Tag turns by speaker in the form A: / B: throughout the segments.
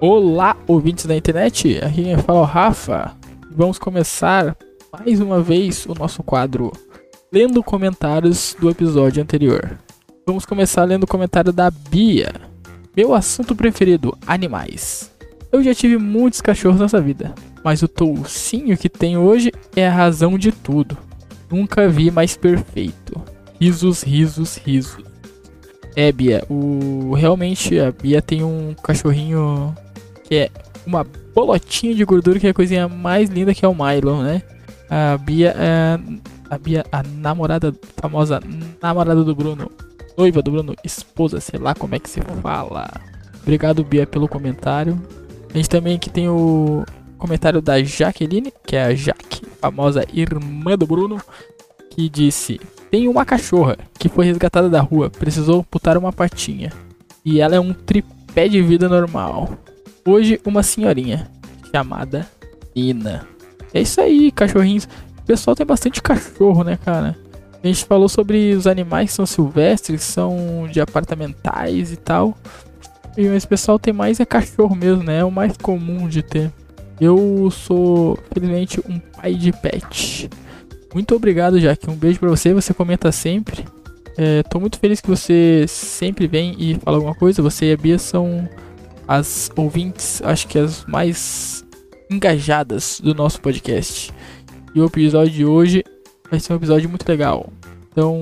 A: Olá, ouvintes da internet. Aqui quem fala é o Rafa. Vamos começar mais uma vez o nosso quadro Lendo Comentários do episódio anterior. Vamos começar lendo o comentário da Bia. Meu assunto preferido: animais. Eu já tive muitos cachorros nessa vida, mas o toucinho que tenho hoje é a razão de tudo. Nunca vi mais perfeito. Risos, risos, risos. É, Bia, o... realmente a Bia tem um cachorrinho que é uma bolotinha de gordura, que é a coisinha mais linda que é o Mylon, né? A Bia é. A Bia, a namorada, famosa namorada do Bruno, noiva do Bruno, esposa, sei lá como é que se fala. Obrigado, Bia, pelo comentário. A gente também aqui tem o comentário da Jaqueline, que é a Jaque, famosa irmã do Bruno, que disse: Tem uma cachorra que foi resgatada da rua, precisou putar uma patinha. E ela é um tripé de vida normal. Hoje, uma senhorinha, chamada Nina. É isso aí, cachorrinhos. O pessoal tem bastante cachorro, né, cara? A gente falou sobre os animais que são silvestres, que são de apartamentais e tal. E esse pessoal tem mais é cachorro mesmo, né? É o mais comum de ter. Eu sou, felizmente, um pai de pet. Muito obrigado, Jaque. Um beijo pra você. Você comenta sempre. É, tô muito feliz que você sempre vem e fala alguma coisa. Você e a Bia são as ouvintes, acho que as mais engajadas do nosso podcast. E o episódio de hoje vai ser um episódio muito legal. Então,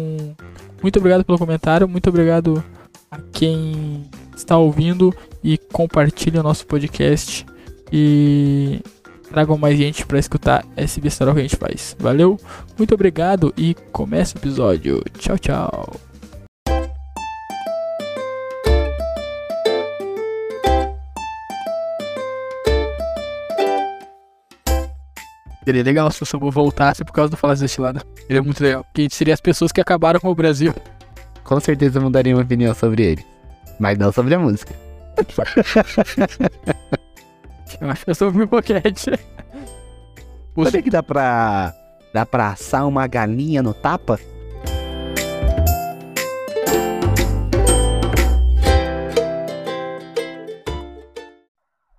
A: muito obrigado pelo comentário. Muito obrigado a quem está ouvindo e compartilha o nosso podcast e tragam mais gente para escutar esse besteiro que a gente faz. Valeu, muito obrigado e começa o episódio. Tchau, tchau. Seria legal se o Sambo voltasse por causa do Falas Destilada. Seria muito legal. Porque a gente seria as pessoas que acabaram com o Brasil.
B: Com certeza eu daria uma opinião sobre ele. Mas não sobre a música.
A: Eu acho que eu sou um boquete. Os-
B: Sabia que dá pra. dá pra assar uma galinha no tapa?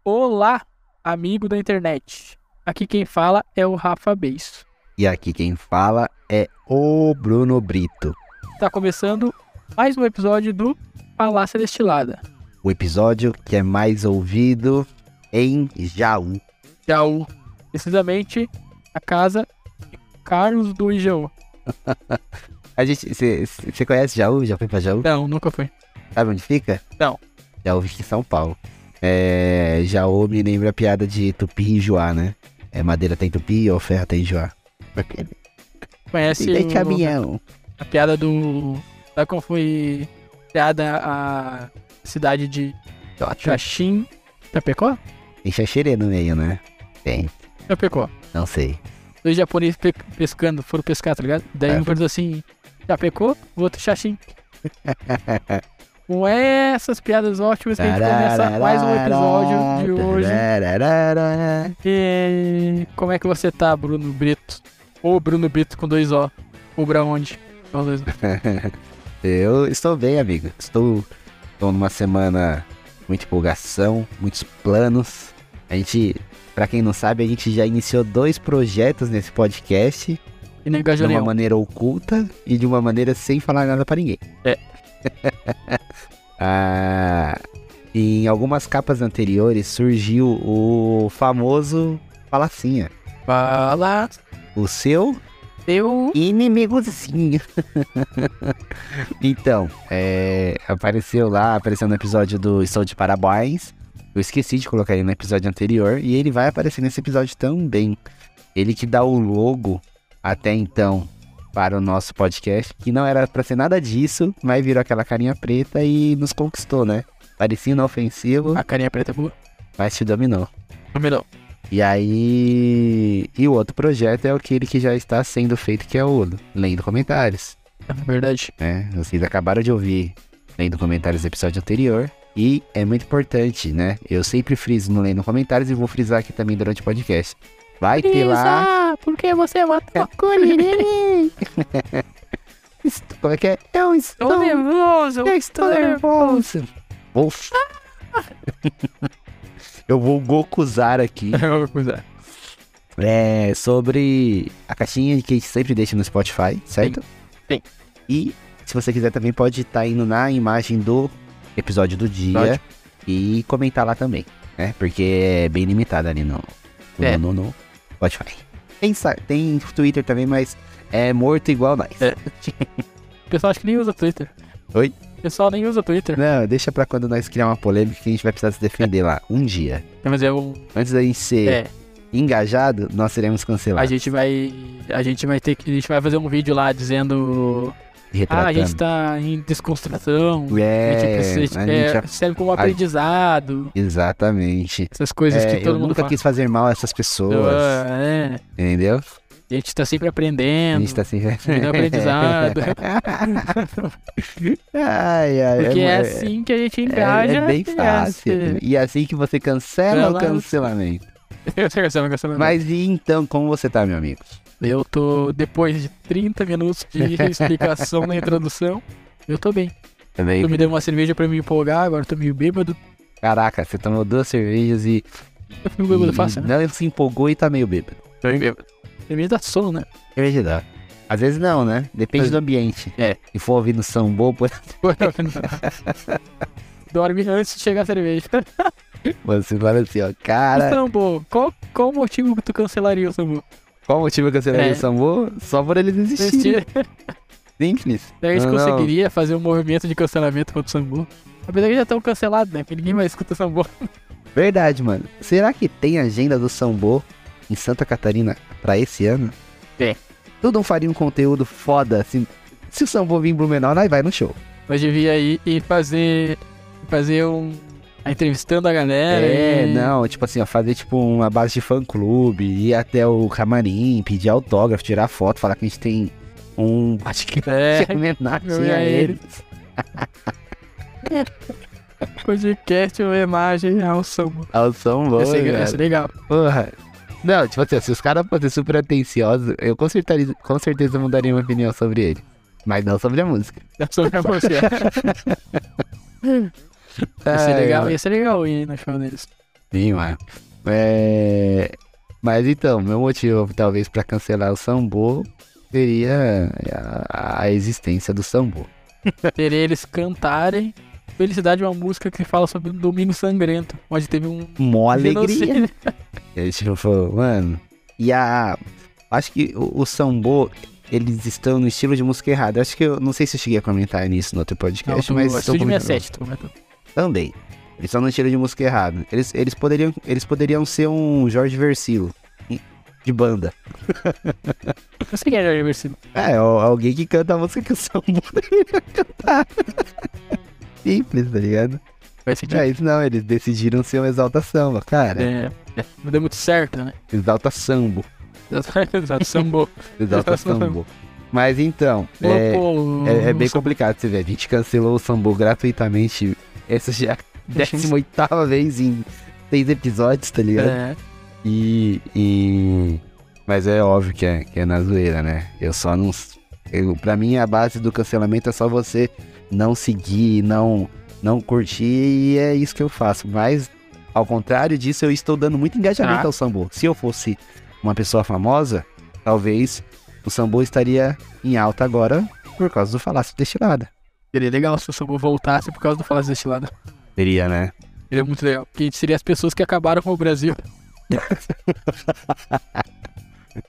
A: Olá, amigo da internet. Aqui quem fala é o Rafa Beiço.
B: E aqui quem fala é o Bruno Brito.
A: Tá começando mais um episódio do Palácio Destilada.
B: O episódio que é mais ouvido em Jaú.
A: Jaú. Precisamente a casa de Carlos do Ijaú.
B: A gente. Você conhece Jaú? Já foi pra Jaú?
A: Não, nunca foi.
B: Sabe onde fica?
A: Não.
B: Jaú fica em São Paulo. É, Jaú me lembra a piada de tupi e joá, né? É madeira tem tupi ou ferro tem joá.
A: Conhece
B: E tem
A: o-
B: caminhão.
A: a piada do. Sabe como foi criada a cidade de Xaxim? Chapecó?
B: Tem xaxerê no meio, né? Tem.
A: Chapecó.
B: Não sei.
A: Dois japoneses pe- pescando, foram pescar, tá ligado? Daí
B: É.
A: um perguntou assim, Chapecó, o outro Xaxim. Com essas piadas ótimas que a gente começa mais um episódio de hoje. E como é que você tá, Bruno Brito? Ou Bruno Brito com dois O. Ou pra onde? Com dois O.
B: Eu estou bem, amigo. Estou, estou numa semana muita empolgação, muitos planos. A gente, pra quem não sabe, a gente já iniciou dois projetos nesse podcast
A: E nem engajou
B: de uma
A: nenhum.
B: maneira oculta e de uma maneira sem falar nada pra ninguém.
A: É.
B: Ah, em algumas capas anteriores surgiu o famoso Falacinha,
A: Fala,
B: o seu
A: eu...
B: Inimigozinho. então, é, apareceu lá, apareceu no episódio do Estou de Parabéns. Eu esqueci de colocar ele no episódio anterior e ele vai aparecer nesse episódio também. Ele que dá o logo até então para o nosso podcast, que não era pra ser nada disso, mas virou aquela carinha preta e nos conquistou, né? Parecia inofensivo,
A: A carinha preta é boa.
B: mas te dominou.
A: Número
B: E aí. E o outro projeto é aquele que já está sendo feito, que é o Lendo Comentários
A: um. Na verdade.
B: né? Vocês acabaram de ouvir lendo comentários do episódio anterior. E é muito importante, né? Eu sempre friso no lendo comentários e vou frisar aqui também durante o podcast. Vai ter lá. É,
A: porque você matou
B: Est- Como é que é? Eu estou,
A: Tô é um
B: É.
A: nervoso.
B: eu estou nervoso. Ufa. Eu vou gokuzar aqui.
A: Eu vou cuidar.
B: É sobre a caixinha que a gente sempre deixa no Spotify, certo?
A: Sim.
B: E se você quiser também pode estar indo na imagem do episódio do dia
A: Episódio.
B: e comentar lá também, né? Porque é bem limitado ali no, no,
A: É.
B: no, no Spotify. Tem, sa- tem Twitter também, mas é morto igual nós.
A: É. O pessoal acho que nem usa Twitter.
B: Oi?
A: O pessoal nem usa Twitter.
B: Não, deixa pra quando nós criar uma polêmica que a gente vai precisar se defender lá, um dia.
A: Mas é o.
B: Antes da gente ser
A: É,
B: engajado, nós seremos
A: a
B: cancelados.
A: gente vai. A gente vai ter que. A gente vai fazer um vídeo lá dizendo. Ah, a gente tá em desconstrução.
B: É,
A: a gente precisa.
B: a gente
A: é,
B: já-
A: Serve como
B: gente-
A: aprendizado.
B: Exatamente.
A: Essas coisas
B: É,
A: que todo
B: eu
A: mundo
B: nunca
A: fala.
B: quis fazer mal a essas pessoas,
A: Ah, é.
B: entendeu?
A: A gente tá sempre
B: A
A: aprendendo.
B: gente tá sem...
A: Muito aprendizado.
B: ai, ai,
A: Porque é,
B: mu-
A: assim que a gente
B: é-
A: engaja.
B: é bem fácil.
A: assim-
B: E é assim que você cancela o
A: Ela-
B: cancelamento.
A: Eu sei que você não gosta, não.
B: Mas e então, como você tá, meu amigo?
A: Eu tô, depois de 30 minutos de explicação na introdução, eu tô bem.
B: Também.
A: Tu me deu uma cerveja pra me empolgar, agora eu tô meio bêbado.
B: Caraca, você tomou duas cervejas e.
A: Eu fico bêbado
B: e-
A: fácil, né?
B: Não, ele se empolgou e tá meio bêbado.
A: Tô meio bêbado. Cerveja dá sono, né?
B: Cerveja dá. Às vezes não, né? Depende
A: É.
B: do ambiente.
A: É.
B: Se for ouvindo sambô, por
A: Pô, não. Dorme antes de chegar a cerveja.
B: Você fala assim, ó,
A: Mas,
B: cara,
A: Sambo, qual, qual o motivo que tu cancelaria o Sambo?
B: qual o motivo que eu
A: É.
B: selecionei o Sambo? Só por eles existirem. Simples.
A: Daí a gente
B: Não, não.
A: conseguiria fazer um movimento de cancelamento contra o Sambo. Apesar que já estão cancelados, né? Porque ninguém mais escuta o Sambo.
B: Verdade, mano. Será que tem agenda do Sambo em Santa Catarina pra esse ano?
A: Tem.
B: Tu não faria um conteúdo foda assim? Se o Sambo vir em Blumenau, nós vai no show.
A: Nós devia ir e fazer. fazer um. entrevistando a galera.
B: É,
A: e-
B: não, tipo assim, ó, fazer tipo uma base de fã clube, ir até o camarim, pedir autógrafo, tirar foto, falar que a gente tem um acho que
A: É,
B: é.
A: eu
B: homenagem
A: ia
B: a ele.
A: podcast ou imagem ao Samu.
B: Ao É Sambo,
A: Ia ser, ia
B: cara.
A: ser legal.
B: Porra. Não, tipo assim, ó, se os caras fossem super atenciosos, eu com certeza, com certeza mudaria minha opinião sobre ele. Mas não sobre a música.
A: Dá sobre a você. Ia ser
B: Ai,
A: legal, ia ser legal ir no show deles.
B: Sim, mano. É... Mas então, meu motivo talvez pra cancelar o Sambo seria a, a existência do Sambo.
A: Ter eles cantarem. Felicidade é uma música que fala sobre um domingo sangrento, onde teve um.
B: Mó alegria.
A: genocídio.
B: É, tipo, mano. E a. Acho que o, o Sambo, eles estão no estilo de música errada. Acho que eu não sei se eu cheguei a comentar nisso no outro
A: Não,
B: podcast,
A: tu,
B: mas.
A: mas
B: estão
A: Estúdio
B: comentando-
A: 67, tu comentou.
B: Também. Eles estão no estilo de música errada. Eles, eles, poderiam, eles poderiam ser um Jorge Versilo de banda.
A: Eu sei que é Jorge Versilo.
B: É, al- alguém que canta a música que um o Sambo deveria cantar. Simples, tá ligado?
A: Vai ser de...
B: É isso não, eles decidiram ser um Exalta Samba, cara.
A: é, é, Não deu muito certo, né?
B: Exalta Sambo.
A: Exato, Sambo.
B: Exalta
A: Exalta Samba.
B: Sambo. Mas então, é,
A: Colocou
B: é, é
A: um
B: bem complicado você ver. A gente cancelou o Sambo gratuitamente. Essa já é a 18 vez em seis episódios, tá ligado?
A: É,
B: E, e- Mas é óbvio que é, que é na zoeira, né? Eu só não. Eu, pra mim, a base do cancelamento é só você não seguir, não, não curtir, e é isso que eu faço. Mas, ao contrário disso, eu estou dando muito engajamento
A: Ah.
B: ao Sambo. Se eu fosse uma pessoa famosa, talvez o Sambo estaria em alta agora por causa do falácio destilada.
A: seria legal se o Sambo voltasse por causa do Falácio Destilado.
B: Seria, né?
A: Seria muito legal. Porque a gente seria as pessoas que acabaram com o Brasil.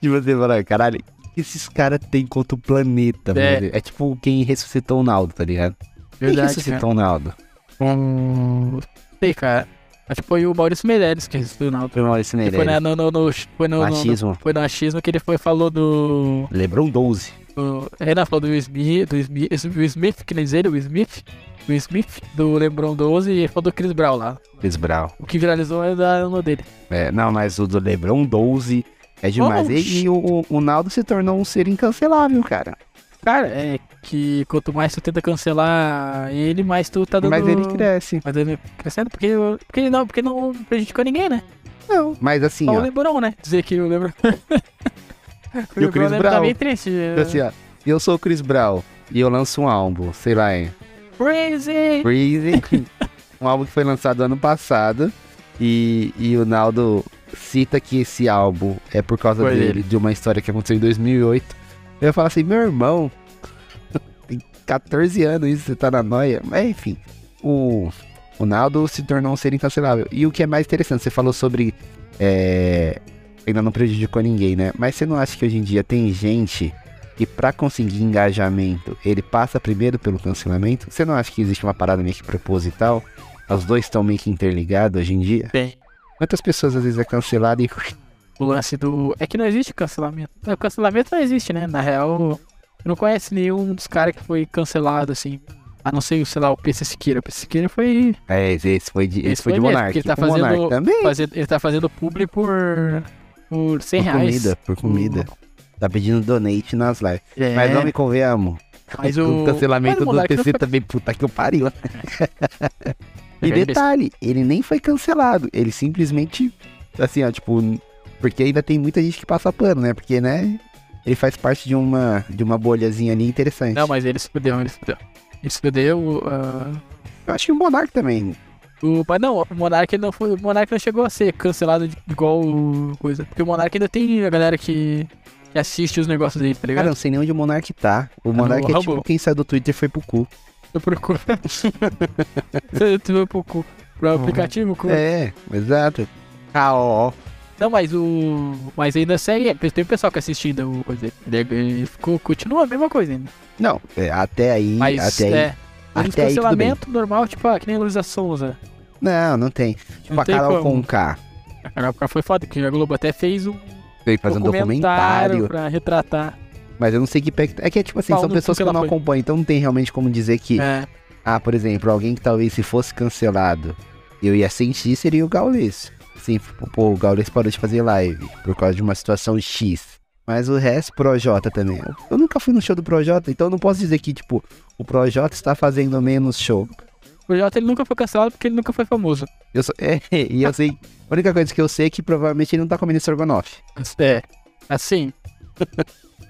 B: De você falar, caralho, o que esses caras têm contra o planeta?
A: É.
B: mano?" é tipo quem ressuscitou o Naldo, tá ligado?
A: Verdade,
B: Quem
A: cara.
B: ressuscitou o Naldo?
A: Hum, Sei, cara. Acho que foi o Maurício Meirelles que resistiu na
B: Foi Maurício
A: Ele foi
B: Meirelles.
A: na, no, no, no, foi no, no-
B: é Machismo.
A: foi no achismo que ele foi, falou do.
B: Lebron 12.
A: do Renan falou do Will Smith, do Smith, Will Smith, que nem dizer, o Will Smith. Will Smith, do Lebron 12 e falou do Chris Brown lá.
B: Chris Brown.
A: O que viralizou é da ano dele.
B: É, não, mas o do Lebron 12 é demais.
A: Oh,
B: e e o, o Naldo se tornou um ser incancelável, cara.
A: Cara, é que quanto mais tu tenta cancelar ele, mais tu tá dando.
B: Mas ele cresce.
A: Mas ele crescendo, porque, porque, ele não, porque não prejudicou ninguém, né?
B: Não. Mas assim,
A: Só o
B: ó.
A: Lebron, né? Dizer que o Lebron.
B: E o Chris
A: Lebron Tá
B: Brown?
A: bem triste.
B: Assim, ó. Eu sou o Chris Brown e eu lanço um álbum, sei lá, é
A: Crazy!
B: Breezy. um álbum que foi lançado ano passado. E, e o Naldo cita que esse álbum é por causa
A: Foi
B: dele,
A: dele.
B: de uma história que aconteceu em 2008. Eu falo assim, meu irmão, tem 14 anos isso, você tá na noia. Mas enfim, o, o Naldo se tornou um ser incancelável. E o que é mais interessante, você falou sobre... é, ainda não prejudicou ninguém, né? Mas você não acha que hoje em dia tem gente que pra conseguir engajamento, ele passa primeiro pelo cancelamento? Você não acha que existe uma parada meio que proposital? Os dois estão meio que interligados hoje em dia?
A: Bem,
B: Quantas pessoas às vezes é cancelada e.
A: o lance do. É que não existe cancelamento. É, cancelamento não existe, né? Na real, eu não conheço nenhum dos caras que foi cancelado, assim. A não ser, sei lá, o PC Siqueira. O PC Siqueira foi.
B: É, esse esse foi de, esse
A: Esse
B: foi de
A: foi mesmo,
B: Monark.
A: porque ele tá
B: O Monark
A: fazendo
B: também.
A: fazer- ele tá fazendo publi por. por 100
B: Por
A: reais.
B: comida, por comida. Tá pedindo donate nas lives.
A: É,
B: Mas não me convenhamos.
A: mas o.
B: o cancelamento
A: mas o
B: do
A: Monark não
B: PC
A: foi-
B: também, puta que eu pariu. né? e
A: Ele é
B: detalhe, ele nem foi cancelado. Ele simplesmente, assim, ó, tipo... Porque ainda tem muita gente que passa pano, né? Porque, né? Ele faz parte de uma, de uma bolhazinha ali interessante.
A: Não, mas ele se fudeu, ele se fudeu. Ele se fudeu. ah,
B: Eu acho que o Monark também.
A: O, mas não, o Monark ele não foi. O Monark não chegou a ser cancelado de- igual o coisa. Porque o Monark ainda tem a galera que, que assiste os negócios dele, tá
B: Cara, eu
A: ligado?
B: não sei nem onde o Monark tá. O Monark é
A: Rumble.
B: tipo quem saiu do Twitter foi pro cu.
A: Eu procuro. Você tu vai pro, cu- pro aplicativo? cu.
B: É, exato. K.O.
A: Não, mas o. Mas ainda segue. Tem o pessoal que assiste ainda o coisa dele. Ele, ele ficou, continua a mesma coisa ainda.
B: Não, é, até aí,
A: Mas
B: até aí.
A: é. Mas o
B: até aí tudo bem.
A: cancelamento normal, tipo, ah, que nem a Luísa Sonza.
B: Não, não tem. Tipo,
A: Não
B: a
A: tem
B: Carol
A: como.
B: Conká
A: A Carol Conká foi foda, porque a Globo até fez um
B: veio fazer um
A: documentário
B: documentário,
A: pra retratar.
B: mas eu não sei que pé que tá. É que, tipo assim,
A: Pau
B: são
A: no cu
B: pessoas
A: que
B: que eu
A: ela
B: não
A: foi.
B: acompanho, então não tem realmente como dizer que,
A: É.
B: ah, por exemplo, alguém que talvez se fosse cancelado, eu ia sentir seria o Gaules. Assim, pô, pô, o Gaules parou de fazer live por causa de uma situação X. Mas o resto, Projota também. Eu nunca fui no show do Projota, então eu não posso dizer que, tipo, o Projota está fazendo menos show.
A: O Projota ele nunca foi cancelado porque ele nunca foi famoso.
B: Eu só- é, e eu sei. A única coisa que eu sei é que provavelmente ele não tá comendo estrogonofe.
A: É, assim.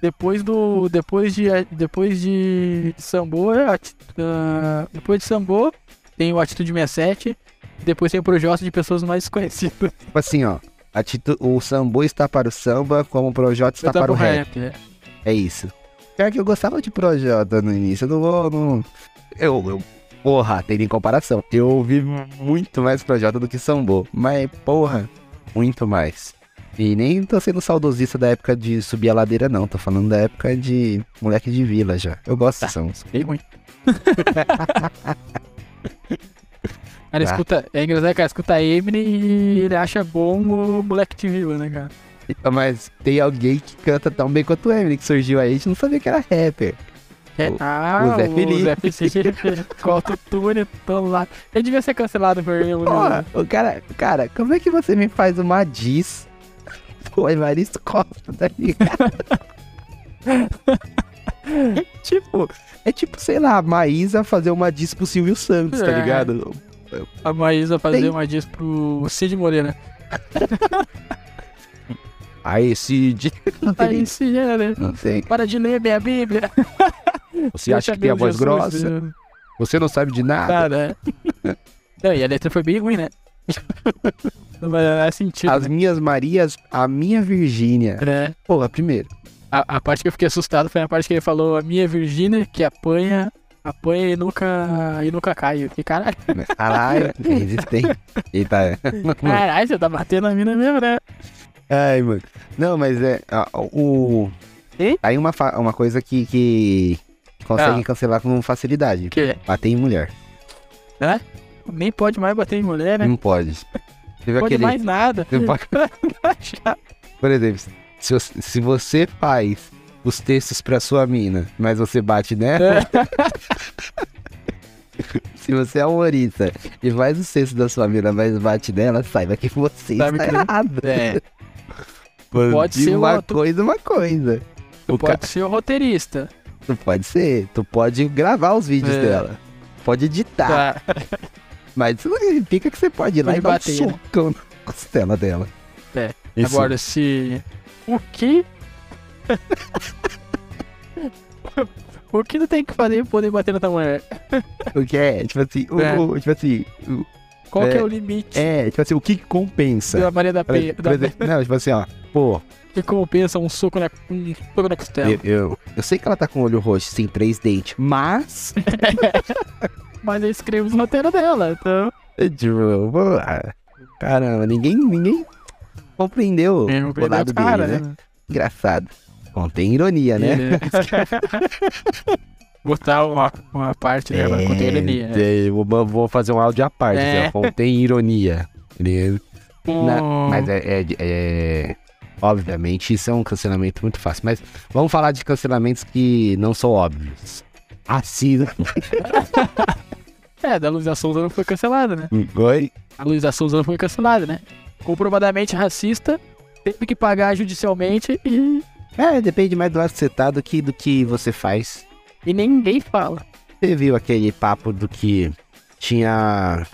A: depois do. Depois de. Depois de Samboa. ati- ah, depois de Samboa, tem o Atitude 67. Depois tem o Projota de pessoas mais desconhecidas.
B: Tipo assim, ó. Atitu... O sambo está para o samba, como o Projota está Tá para o rap.
A: é.
B: É isso. Pior que eu gostava de Projota no início. Eu não vou. Não... Eu, eu. Porra, tem nem comparação. Eu ouvi muito mais Projota do que sambo. Mas, porra, muito mais. E nem tô sendo saudosista da época de subir a ladeira, não. Tô falando da época de moleque de vila já. Eu gosto de sambos.
A: Bem ruim. Cara,
B: Tá.
A: escuta, é engraçado, cara, escuta a Eminem e ele acha bom o moleque de vila, né, cara?
B: Então, Mas tem alguém que canta tão bem quanto o Eminem, que surgiu aí, a gente não sabia que era rapper.
A: É,
B: O-
A: ah,
B: o Zé Felipe.
A: O Zé Felipe, com autotune, tô lá. Ele devia ser cancelado por ele, né?
B: Porra, o cara, cara, como é que você me faz uma diz? Pô, Evaristo Costa, tá ligado? tipo, é tipo, sei lá, a Maísa fazer uma diz pro Silvio Santos, tá
A: É.
B: ligado?
A: A Maísa fazer
B: Tem-
A: uma diz pro Cid Moreira.
B: Aí, Cid. Não tem.
A: Aí sim, é, né?
B: Não tem.
A: Para de ler minha Bíblia.
B: Você acha que tem a voz grossa? Você não sabe de nada?
A: Cara, é. Não, e a letra foi bem ruim, né? Não vai dar sentido.
B: As minhas Marias, a minha Virgínia.
A: né?
B: Porra, primeiro.
A: A, a parte que eu fiquei assustado foi a parte que ele falou: A minha Virgínia que apanha, apanha e nunca, e nunca cai. Eu fiquei, caralho,
B: Mas, Caralho, é resistente. tá- Eita. Hum.
A: caralho, você tá batendo na mina mesmo, né?
B: Ai, mano. Não, mas é. a- O.
A: E?
B: Aí uma, fa- uma coisa que, que conseguem
A: Ah.
B: cancelar com facilidade.
A: Que
B: Bater em mulher.
A: nem pode mais bater em mulher, né?
B: Não pode. Teve
A: Não pode
B: aquele.
A: mais nada.
B: Não pode- Por exemplo, se você, se você faz os textos pra sua mina, mas você bate nela. se você é um horita e faz os textos da sua mina, mas bate nela, saiba que você
A: Sabe
B: está
A: que-
B: errado.
A: É.
B: Pode
A: ser
B: ser uma
A: outro.
B: coisa, uma coisa.
A: Tu
B: O ca-
A: pode ser o roteirista.
B: Tu pode ser, tu pode gravar os vídeos
A: É.
B: dela. Pode editar,
A: Tá.
B: mas isso não significa que você pode ir lá
A: Pode
B: e dar
A: bater,
B: um
A: né?
B: socão na costela dela.
A: É,
B: Isso.
A: Agora, se. O que. o que tu tem que fazer pra poder bater na tua mulher?
B: O que é, tipo assim, o-
A: É.
B: o- tipo assim, o-
A: Qual que é
B: É,
A: o limite
B: É, tipo assim, o que que compensa?
A: da Maria da
B: Por
A: Penha?
B: exemplo, por
A: Da...
B: exemplo, Não, tipo assim, ó. Pô,
A: Que compensa um soco na, um soco na costela.
B: eu, eu, eu sei que ela tá com o olho roxo, tem três dentes, mas.
A: Mas eu escrevo na tela dela, então.
B: tipo, pô, ah, caramba, ninguém, ninguém compreendeu
A: É,
B: o lado
A: cara,
B: dele, né? Engraçado. Contém ironia, né?
A: Ele- é, Botar uma, uma parte
B: É,
A: dela com é, ironia. né?
B: tem- vou- vou fazer um áudio à parte,
A: É.
B: assim, ó, contém ironia. Ele- Na-
A: Hum,
B: Mas é, é- é- Obviamente, isso é um cancelamento muito fácil. Mas vamos falar de cancelamentos que não são óbvios. Assim, Racismo.
A: É, da Luísa Souza não foi cancelada, né?
B: Oi?
A: A Luísa Souza não foi cancelada, né? Comprovadamente racista, teve que pagar judicialmente e,
B: É, depende mais do lado que você tá do que, do que você faz.
A: e ninguém fala.
B: Você viu aquele papo do que tinha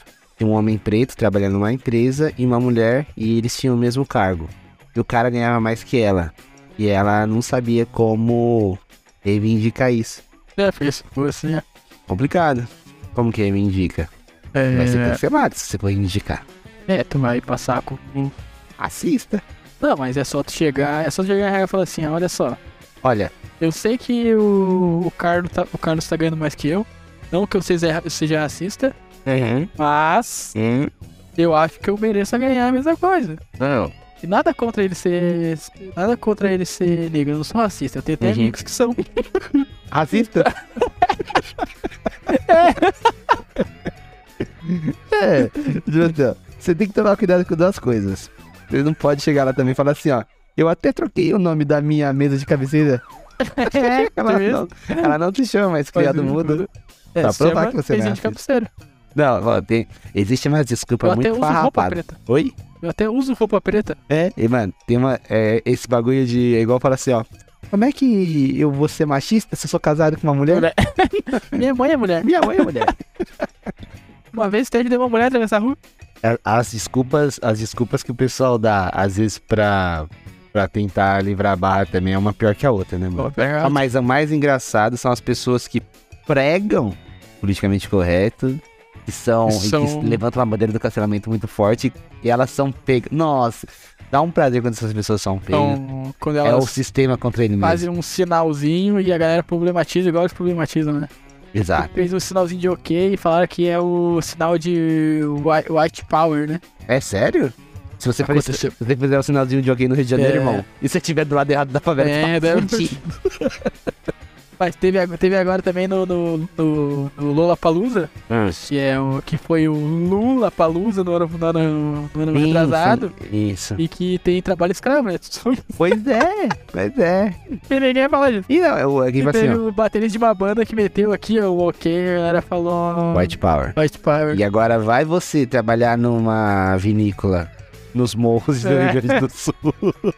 B: um homem preto trabalhando numa empresa e uma mulher e eles tinham o mesmo cargo. E o cara ganhava mais que ela. E ela não sabia como reivindicar isso.
A: É, foi isso, foi assim, né?
B: Complicado. Como que reivindica?
A: É,
B: Vai ser cancelado se você for indicar.
A: é, tu vai passar com.
B: Assista.
A: Não, mas é só tu chegar, é só tu chegar e falar assim: olha só,
B: Olha,
A: eu sei que o, o, Carlos tá, o Carlos tá ganhando mais que eu. Não que eu seja, eu seja racista, Uhum. mas eu acho que eu mereço ganhar a mesma coisa.
B: não.
A: E nada contra ele ser. Nada contra ele ser negro. Eu não sou racista. Eu tenho até
B: Uhum.
A: amigos que são.
B: Assista. é. Jonathan, você tem que tomar cuidado com duas coisas. Você não pode chegar lá também e falar assim, ó. Eu até troquei o nome da minha mesa de cabeceira.
A: É,
B: Ela não, ela não se chama mais criado
A: né?
B: mudo.
A: Tá,
B: Pra provar que você não é
A: gente
B: racista.
A: cabeceira.
B: Não, ó, tem, existe uma desculpa
A: Eu até
B: muito
A: uso roupa
B: farrapada.
A: preta.
B: Oi?
A: Eu até uso roupa preta.
B: É, e, mano, tem uma. é, esse bagulho de. É igual falar assim, ó. Como é que eu vou ser machista se eu sou casado com uma mulher?
A: Mulher. Minha mãe é mulher.
B: Minha mãe é mulher.
A: Uma vez teve de uma mulher atravessar a rua.
B: É, as desculpas, as desculpas que o pessoal dá, às vezes, pra, pra tentar livrar a barra também é uma pior que a outra, né, mano? Ah, Mas o mais engraçado são as pessoas que pregam politicamente correto, que são.
A: Que
B: e que
A: são-
B: levantam uma bandeira do cancelamento muito forte e elas são pegas. Nossa, dá um prazer quando essas pessoas são pegas.
A: Então, quando
B: é o
A: elas
B: sistema contra ele mesmo.
A: fazem um sinalzinho e a galera problematiza, igual eles problematizam, né?
B: Exato.
A: Fez um sinalzinho de ok e falaram que é o sinal de white, white power, né?
B: É sério? Se você, fizer, se
A: Aconteceu.
B: você fizer o sinalzinho de alguém no Rio de Janeiro,
A: É.
B: irmão, e você estiver do lado errado da favela,
A: É,
B: você tá
A: deve-
B: fudido.
A: Mas teve, ag- teve agora também no, no, no, no Lollapalooza, que, é o, que foi o Lula Palusa no ano, no ano, no ano atrasado,
B: Isso.
A: e que tem trabalho escravo, né? Só que
B: Pois é, pois é.
A: Ninguém fala disso.
B: E não, é o é
A: E
B: tipo assim,
A: teve
B: ó.
A: o baterista de uma banda que meteu aqui, ó, o ok, a galera falou...
B: White Power.
A: White Power.
B: E agora vai você trabalhar numa vinícola nos morros do
A: É.
B: Rio Grande do Sul.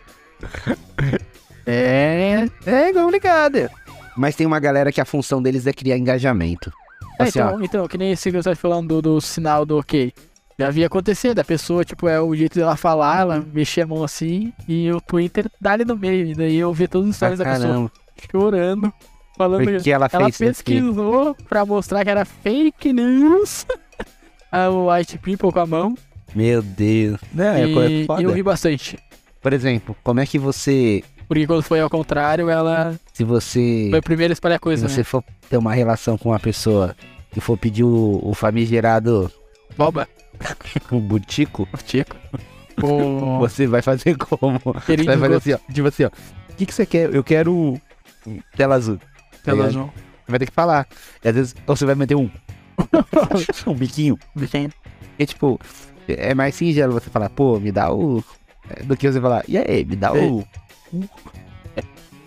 A: É,
B: É complicado. Mas tem uma galera que a função deles é criar engajamento.
A: É,
B: Assim, ó.
A: então, então, que nem esse que eu estava falando do, do sinal do ok. Já havia acontecido, a pessoa, tipo, é o jeito dela falar, ela mexer a mão assim, e o Twitter dá-lhe no meio. E daí eu vi todas as histórias
B: Ah,
A: da pessoa
B: caramba,
A: chorando, falando que
B: porque ela
A: ela
B: fez isso aqui.
A: pesquisou pra mostrar que era fake news. a o White People com a mão.
B: Meu Deus. Não, é coisa
A: e
B: foda.
A: eu ri bastante.
B: Por exemplo, como é que você.
A: Porque quando foi ao contrário, ela
B: Se você.
A: foi a primeira a espalhar
B: Se
A: coisa,
B: você
A: né?
B: for ter uma relação com uma pessoa e for pedir o, o famigerado
A: né? Boba,
B: com butico,
A: Tico. O
B: você vai fazer como? Tipo. Você
A: querido
B: vai fazer assim, ó. Tipo assim, ó. O que, que você quer? Eu quero um tela azul.
A: Tela João.
B: Você vai ter que falar. E às vezes, ou você vai meter um. um biquinho.
A: Biquinho.
B: E tipo, é mais singelo você falar, pô, me dá o. eh", Do que você falar, e aí, me dá o.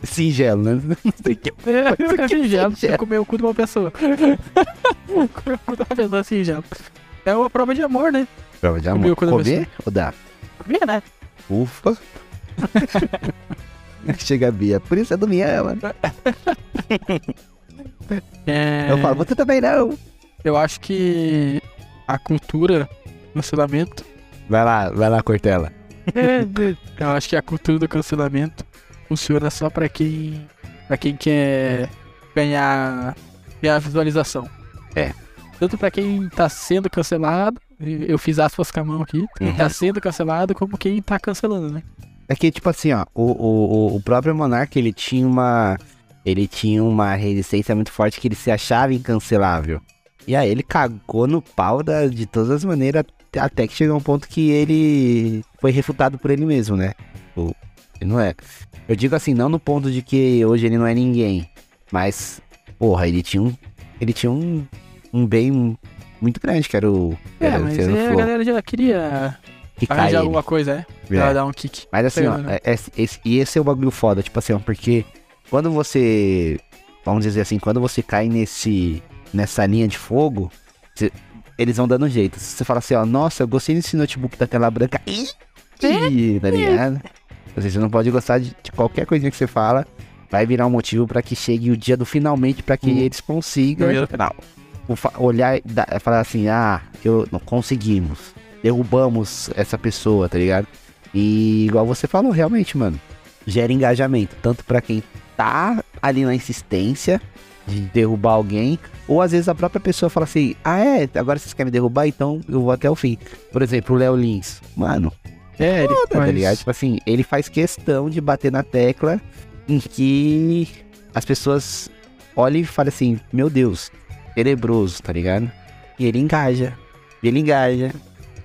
B: Singelo, né? Não sei o que.
A: É, eu
B: que
A: quero singelo.
B: singelo?
A: Eu comer o cu de uma pessoa. comer o cu de uma pessoa singelo. É uma prova de amor, né?
B: Prova de
A: Comeu
B: amor.
A: quando eu
B: Comer ou dá?
A: Vê, né?
B: Ufa. Chega a Bia, por isso eu não me ama.
A: É,
B: Eu falo, você também não.
A: eu acho que a cultura do cancelamento.
B: Vai lá, vai lá, Cortella.
A: eu acho que a cultura do cancelamento funciona só pra quem. para quem quer ganhar, ganhar visualização.
B: É.
A: Tanto pra quem tá sendo cancelado, Eu fiz aspas com a mão aqui.
B: Uhum.
A: Quem tá sendo cancelado como quem tá cancelando, né?
B: É que, tipo assim, ó, o, o, o- o próprio Monark, ele tinha uma. Ele tinha uma resistência muito forte que ele se achava incancelável. E aí ele cagou no pau da- de todas as maneiras, at- até que chegou um ponto que ele foi refutado por ele mesmo, né? O, ele não é. Eu digo assim, não no ponto de que hoje ele não é ninguém. Mas, porra, ele tinha um. Ele tinha um, um bem muito grande, que era o.
A: É,
B: era o
A: mas
B: Luciano
A: é, a
B: Flow.
A: galera já queria
B: Que cai
A: arranjar
B: ele.
A: alguma coisa, né?
B: É.
A: Pra dar um kick.
B: Mas assim, ó,
A: Pegando.
B: é- é- esse- e esse é o bagulho foda, tipo assim, ó, porque quando você, vamos dizer assim, quando você cai nesse, nessa linha de fogo, cê- eles vão dando jeito. Se você fala assim, ó, nossa, eu gostei desse notebook da tela branca, ih, ih, tá ligado? Ou seja, você não pode gostar de, de qualquer coisinha que você fala, vai virar um motivo pra que chegue o dia do finalmente, pra que
A: Hum.
B: eles consigam
A: Primeiro final.
B: o fa- olhar e da- falar assim, ah, eu não conseguimos, derrubamos essa pessoa, tá ligado? E igual você falou, realmente, mano, gera engajamento, tanto pra quem tá ali na insistência de derrubar alguém, ou às vezes a própria pessoa fala assim, ah é, agora vocês querem me derrubar, então eu vou até o fim. Por exemplo, o Léo Lins, mano,
A: É, ele
B: tá ligado? Tipo assim, ele faz questão de bater na tecla em que as pessoas olhem e falem assim, meu Deus, tenebroso, tá ligado? E ele engaja. E Ele engaja.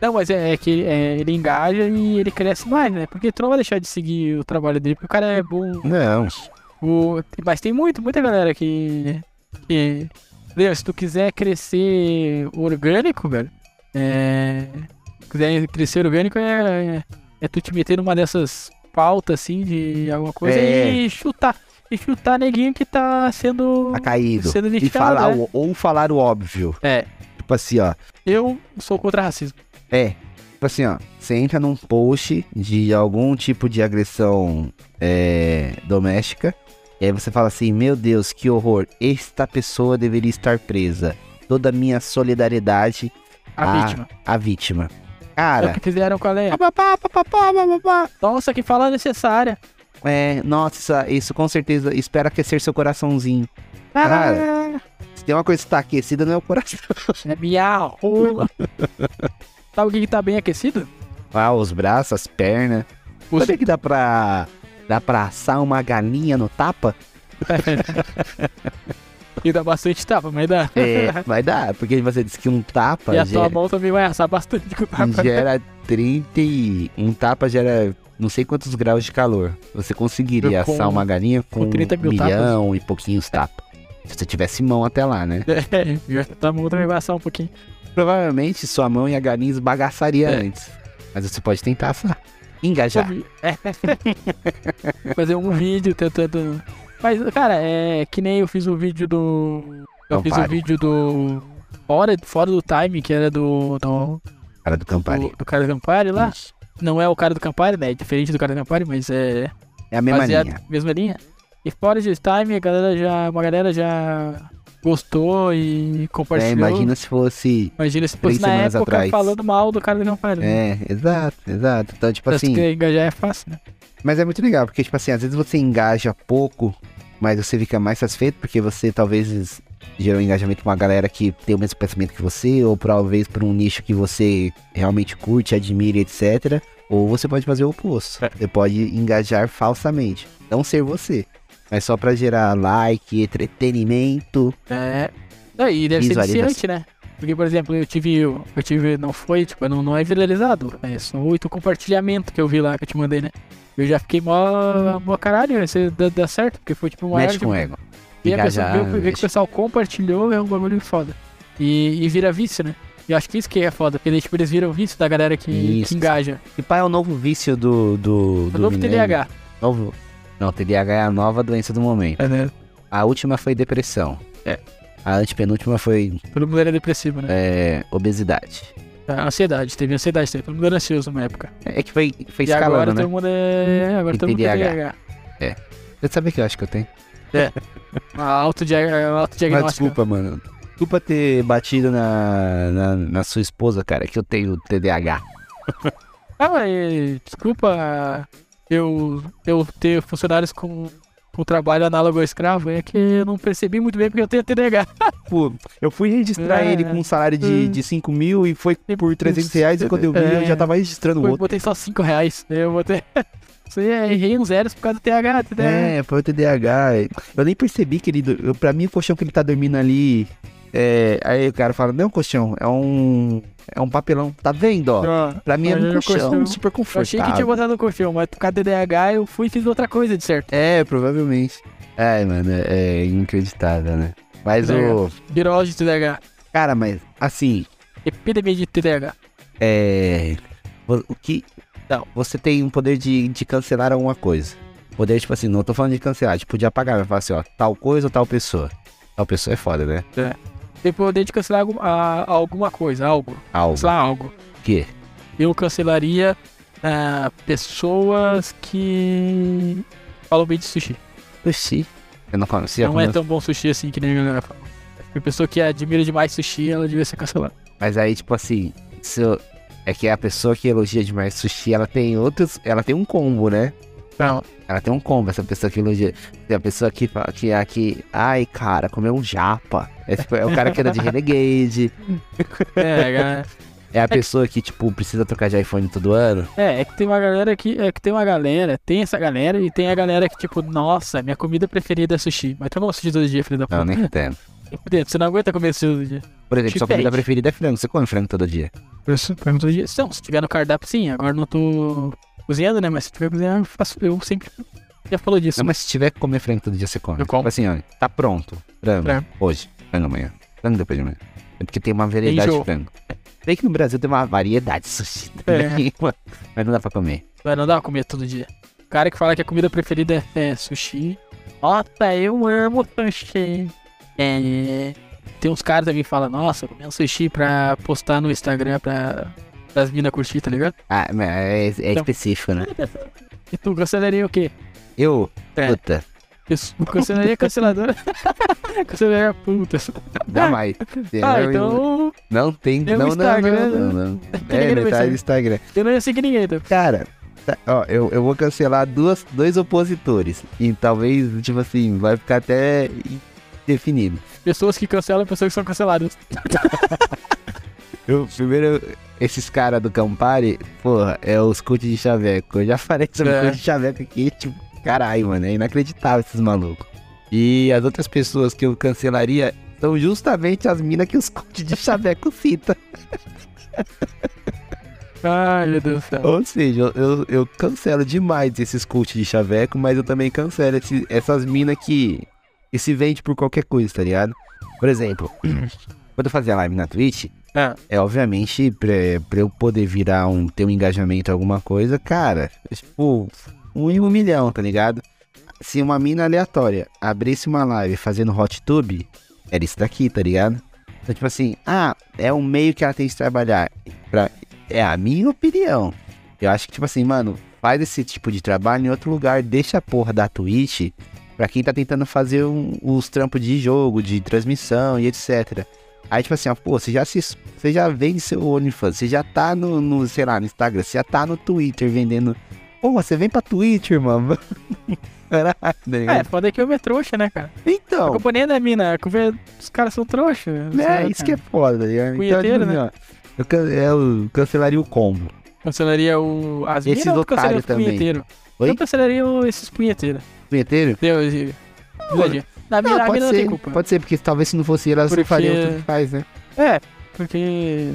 A: Não, mas é, é que ele- é, ele engaja e ele cresce mais, né? Porque tu não vai deixar de seguir o trabalho dele, porque o cara é bom.
B: Não.
A: O- Mas tem muito, muita galera que. que... Entendeu? Se tu quiser crescer orgânico, velho. É... se quiser crescer orgânico é... é tu te meter numa dessas pautas assim de alguma coisa
B: É.
A: e chutar. E chutar neguinho que tá sendo.
B: Tá caído.
A: sendo
B: E
A: lixado,
B: falar,
A: né?
B: o- ou falar o óbvio.
A: É.
B: Tipo assim, ó.
A: Eu sou contra racismo.
B: É. Tipo assim, ó. Você entra num post de algum tipo de agressão é, doméstica. E aí você fala assim: Meu Deus, que horror. Esta pessoa deveria estar presa. Toda a minha solidariedade
A: A
B: Ah,
A: vítima.
B: à vítima.
A: É o
B: Cara.
A: que fizeram com a Leia.
B: pá, pá, pá, pá, pá, pá, pá.
A: Nossa, que fala necessária.
B: É, nossa, isso com certeza. Espera aquecer seu coraçãozinho. Cara. Se tem uma coisa que tá aquecida, não é o coração.
A: É minha rola. Sabe o que, que tá bem aquecido?
B: Ah, os braços, as pernas.
A: Os-
B: Sabia que dá pra. Dá pra assar uma galinha no tapa?
A: E dá bastante tapa, mas dá.
B: É, vai dar, porque você disse que um tapa
A: e a tua
B: gera,
A: mão tá também vai assar bastante com o tapa.
B: gera 30 e. Um tapa gera não sei quantos graus de calor. Você conseguiria
A: Com-
B: assar uma galinha com,
A: 30 mil
B: um milhão e pouquinhos tapas. Se você tivesse mão até lá, né?
A: É, e a tua mão também vai assar um pouquinho.
B: Provavelmente sua mão e a galinha esbagaçaria
A: É.
B: antes. Mas você pode tentar assar. Engajar.
A: É. Fazer um vídeo tentando. Mas, cara, é que nem eu fiz o vídeo do. Eu
B: Não
A: fiz o
B: pare.
A: vídeo do. Fora, fora do time, que era do. Do,
B: Cara do Campari.
A: do, do cara do Campari lá. Não é o cara do Campari, né? É diferente do cara do Campari, mas é.
B: É a mesma
A: baseado-
B: linha.
A: mesma linha. E fora de time, a galera já, uma galera já gostou e
B: É,
A: compartilhou.
B: imagina se fosse.
A: Imagina se
B: três
A: fosse na
B: semanas
A: época
B: atrás.
A: falando mal do cara do Campari. né?
B: É, exato, exato. Então, tipo
A: Parece
B: assim.
A: que engajar é fácil, né?
B: Mas é muito legal, porque, tipo assim, às vezes você engaja pouco, mas você fica mais satisfeito porque você talvez gerou um engajamento com uma galera que tem o mesmo pensamento que você, ou talvez por um nicho que você realmente curte, admira, etc. Ou você pode fazer o oposto.
A: É.
B: Você pode engajar falsamente. Não ser você. Mas só pra gerar like, entretenimento.
A: É. Não, E deve ser
B: Visualização.
A: viciante, né? Porque, por exemplo, eu tive. Eu tive. Não foi, tipo, não, não é viralizado. É, são oito compartilhamentos que eu vi lá que eu te mandei, né? Eu já fiquei mó, mó caralho, isso dá, dá certo, porque foi tipo o maior.
B: mexe com o ego.
A: E a pessoa
B: Engajar,
A: vê, vê que o
B: mexe.
A: pessoal compartilhou, é um bagulho foda. E, e vira vício, né? E eu acho que isso que é foda, porque daí, tipo, eles viram vício da galera que,
B: Isso.
A: que engaja.
B: E pá, é o novo vício do. do,
A: É O
B: do
A: novo
B: milênio.
A: TDAH.
B: Novo. Não, TDAH é a nova doença do momento.
A: É, né?
B: A última foi depressão.
A: É.
B: A antepenúltima foi
A: Todo mundo era depressivo, né?
B: é, obesidade.
A: A Ansiedade, teve ansiedade, teve. todo mundo era ansioso na época.
B: É que foi, foi
A: e agora
B: escalando, né?
A: todo mundo é. é, Agora
B: E
A: todo mundo é
B: TDAH.
A: TDAH.
B: Você sabe o que eu acho que eu tenho?
A: Uma autodia-
B: Mas
A: autodiagnóstico.
B: desculpa, mano. Desculpa ter batido na, na, na sua esposa, cara, que eu tenho TDAH.
A: Ah, mas desculpa eu, eu ter funcionários com com trabalho análogo ao escravo, é que eu não percebi muito bem porque eu tenho TDAH.
B: Pô, eu fui registrar
A: É.
B: ele com um salário de,
A: Hum.
B: de 5 mil e foi
A: Tem
B: por 300 reais e quando eu vi
A: É.
B: eu já tava registrando o
A: Eu
B: outro.
A: botei só 5 reais. Eu botei. Isso aí, é, errei uns zeros por causa do né? TH, TDAH.
B: É, foi o TDAH. Eu nem percebi que ele. do- Eu, pra mim, o colchão que ele tá dormindo ali. É, aí o cara fala: Não, colchão, é um. É um papelão. Tá vendo, ó?
A: Ó,
B: Pra mim era
A: Mas
B: um
A: era
B: colchão,
A: colchão.
B: super
A: eu
B: confortável.
A: achei que tinha botado no colchão, mas por causa do TDAH eu fui e fiz outra coisa de certo.
B: É, provavelmente. É, mano, é, é inacreditável, né? Mas o.
A: Virose de TDAH.
B: Cara, mas assim,
A: Epidemia de TDAH.
B: é. vo- O que. Não, você tem um poder de, de cancelar alguma coisa. Poder, tipo assim, não tô falando de cancelar, tipo, de apagar, vai falar assim, ó, tal coisa ou tal pessoa. Tal pessoa é foda, né?
A: Tem poder de cancelar algum- a- alguma coisa, algo.
B: Algo.
A: Cancelar algo.
B: que
A: Eu cancelaria ah, pessoas que falam bem de sushi.
B: Sushi. Eu não falo, você já
A: não
B: comeu?
A: é tão bom sushi assim que nem a galera fala. Uma pessoa que admira demais sushi, ela devia ser cancelada.
B: Mas aí, tipo assim, se eu- é que a pessoa que elogia demais sushi, ela tem outros. Ela tem um combo, né?
A: Não,
B: Ela tem um combo, essa pessoa que elogia. Tem a pessoa que fala que é que. Ai, cara, comeu um japa. É, tipo, é o cara que era de Renegade.
A: é, galera.
B: É a pessoa que, tipo, precisa trocar de iPhone todo ano.
A: É, é que tem uma galera que. É que tem uma galera, tem essa galera e tem a galera que, tipo, nossa, minha comida preferida é sushi. Mas toma sushi todo dia, filho da puta.
B: Ah, Não, nem entendo.
A: Entende? Você não aguenta comer sushi todo dia.
B: Por exemplo, sua
A: Diferente.
B: comida preferida é frango. Você come frango todo dia.
A: Isso, come todo dia. Não, se tiver no cardápio, sim. Agora não tô cozinhando, né? Mas se tiver cozinhando, eu, faço, eu sempre. Já falou disso.
B: Não, mas se tiver que comer frango todo dia, você come.
A: Eu como. É.
B: Tipo assim, olha, tá pronto. Frango.
A: Frango.
B: Hoje. Frango amanhã. Frango depois de amanhã. É porque tem uma variedade
A: Enjoo.
B: de frango. É. Bem que no Brasil tem uma variedade de sushi também,
A: É.
B: mano. Mas não dá pra comer.
A: Mas não dá pra comer todo dia. O cara que fala que a comida preferida é é sushi. Nossa, eu amo sushi. É. Tem uns caras também que falam, nossa, eu comi um sushi pra postar no Instagram pra, pras minas curtir, tá ligado?
B: Ah, mas é, é
A: Então.
B: específico, né?
A: E tu cancelaria o quê?
B: Eu,
A: É.
B: puta,
A: Isso, Cancelaria canceladora. cancelaria puta.
B: dá mais.
A: Ah, então
B: Não tem,
A: Tem um
B: não, não, não,
A: Instagram,
B: não, não.
A: Tem
B: É,
A: ninguém no
B: ele
A: Instagram.
B: tá no Instagram.
A: eu não ia seguir ninguém. Então.
B: Cara, tá- ó, eu, eu vou cancelar duas, dois opositores. E talvez, tipo assim, vai ficar até definido.
A: Pessoas que cancelam, pessoas que são canceladas.
B: Eu, primeiro, esses caras do Campari, porra, é os cultos de chaveco. Eu já falei sobre
A: É.
B: é. de chaveco aqui, tipo, caralho, mano, é inacreditável esses malucos. E as outras pessoas que eu cancelaria são justamente as minas que os cultos de chaveco citam.
A: Ai, meu Deus do céu.
B: Ou seja, eu- eu, eu cancelo demais esses cultos de chaveco, mas eu também cancelo esse- essas minas que, que se vende por qualquer coisa, tá ligado? Por exemplo, quando eu fazia live na Twitch,
A: Ah.
B: é obviamente pra, pra eu poder virar um, ter um engajamento, alguma coisa, cara, tipo, um em um milhão, tá ligado? Se uma mina aleatória abrisse uma live fazendo hot tube, era isso daqui, tá ligado? Então, tipo assim, ah, é um meio que ela tem de trabalhar. Pra, é a minha opinião. Eu acho que, tipo assim, mano, faz esse tipo de trabalho em outro lugar, deixa a porra da Twitch pra quem tá tentando fazer um- os trampos de jogo, de transmissão e etc. Aí, tipo assim, ó, pô, você já, se, você já vende seu OnlyFans, você já tá no, no, sei lá, no Instagram, você já tá no Twitter vendendo. Pô, você vem pra Twitter, mano. Caralho, tá
A: É,
B: ligado?
A: foda que eu é trouxa, né, cara? A
B: Então,
A: culpa nem é da mina, a culpa é dos caras são trouxa.
B: é, isso que é foda, tá ligado? Então, tipo
A: Punheteiro, né?
B: assim, ó, eu, can- eu cancelaria o combo.
A: Cancelaria o. As
B: é- Esses
A: minas ou tu cancelaria
B: otários
A: os
B: também.
A: punheteiros?
B: Oi?
A: Eu cancelaria o- esses punheteiros.
B: Punheteiro?
A: Deus, e- Verdade. Na
B: Não,
A: mina, a
B: pode
A: mina não
B: ser,
A: tem culpa.
B: pode ser, porque talvez se não fosse elas
A: Porque-
B: não fariam tudo que faz, né?
A: É, porque.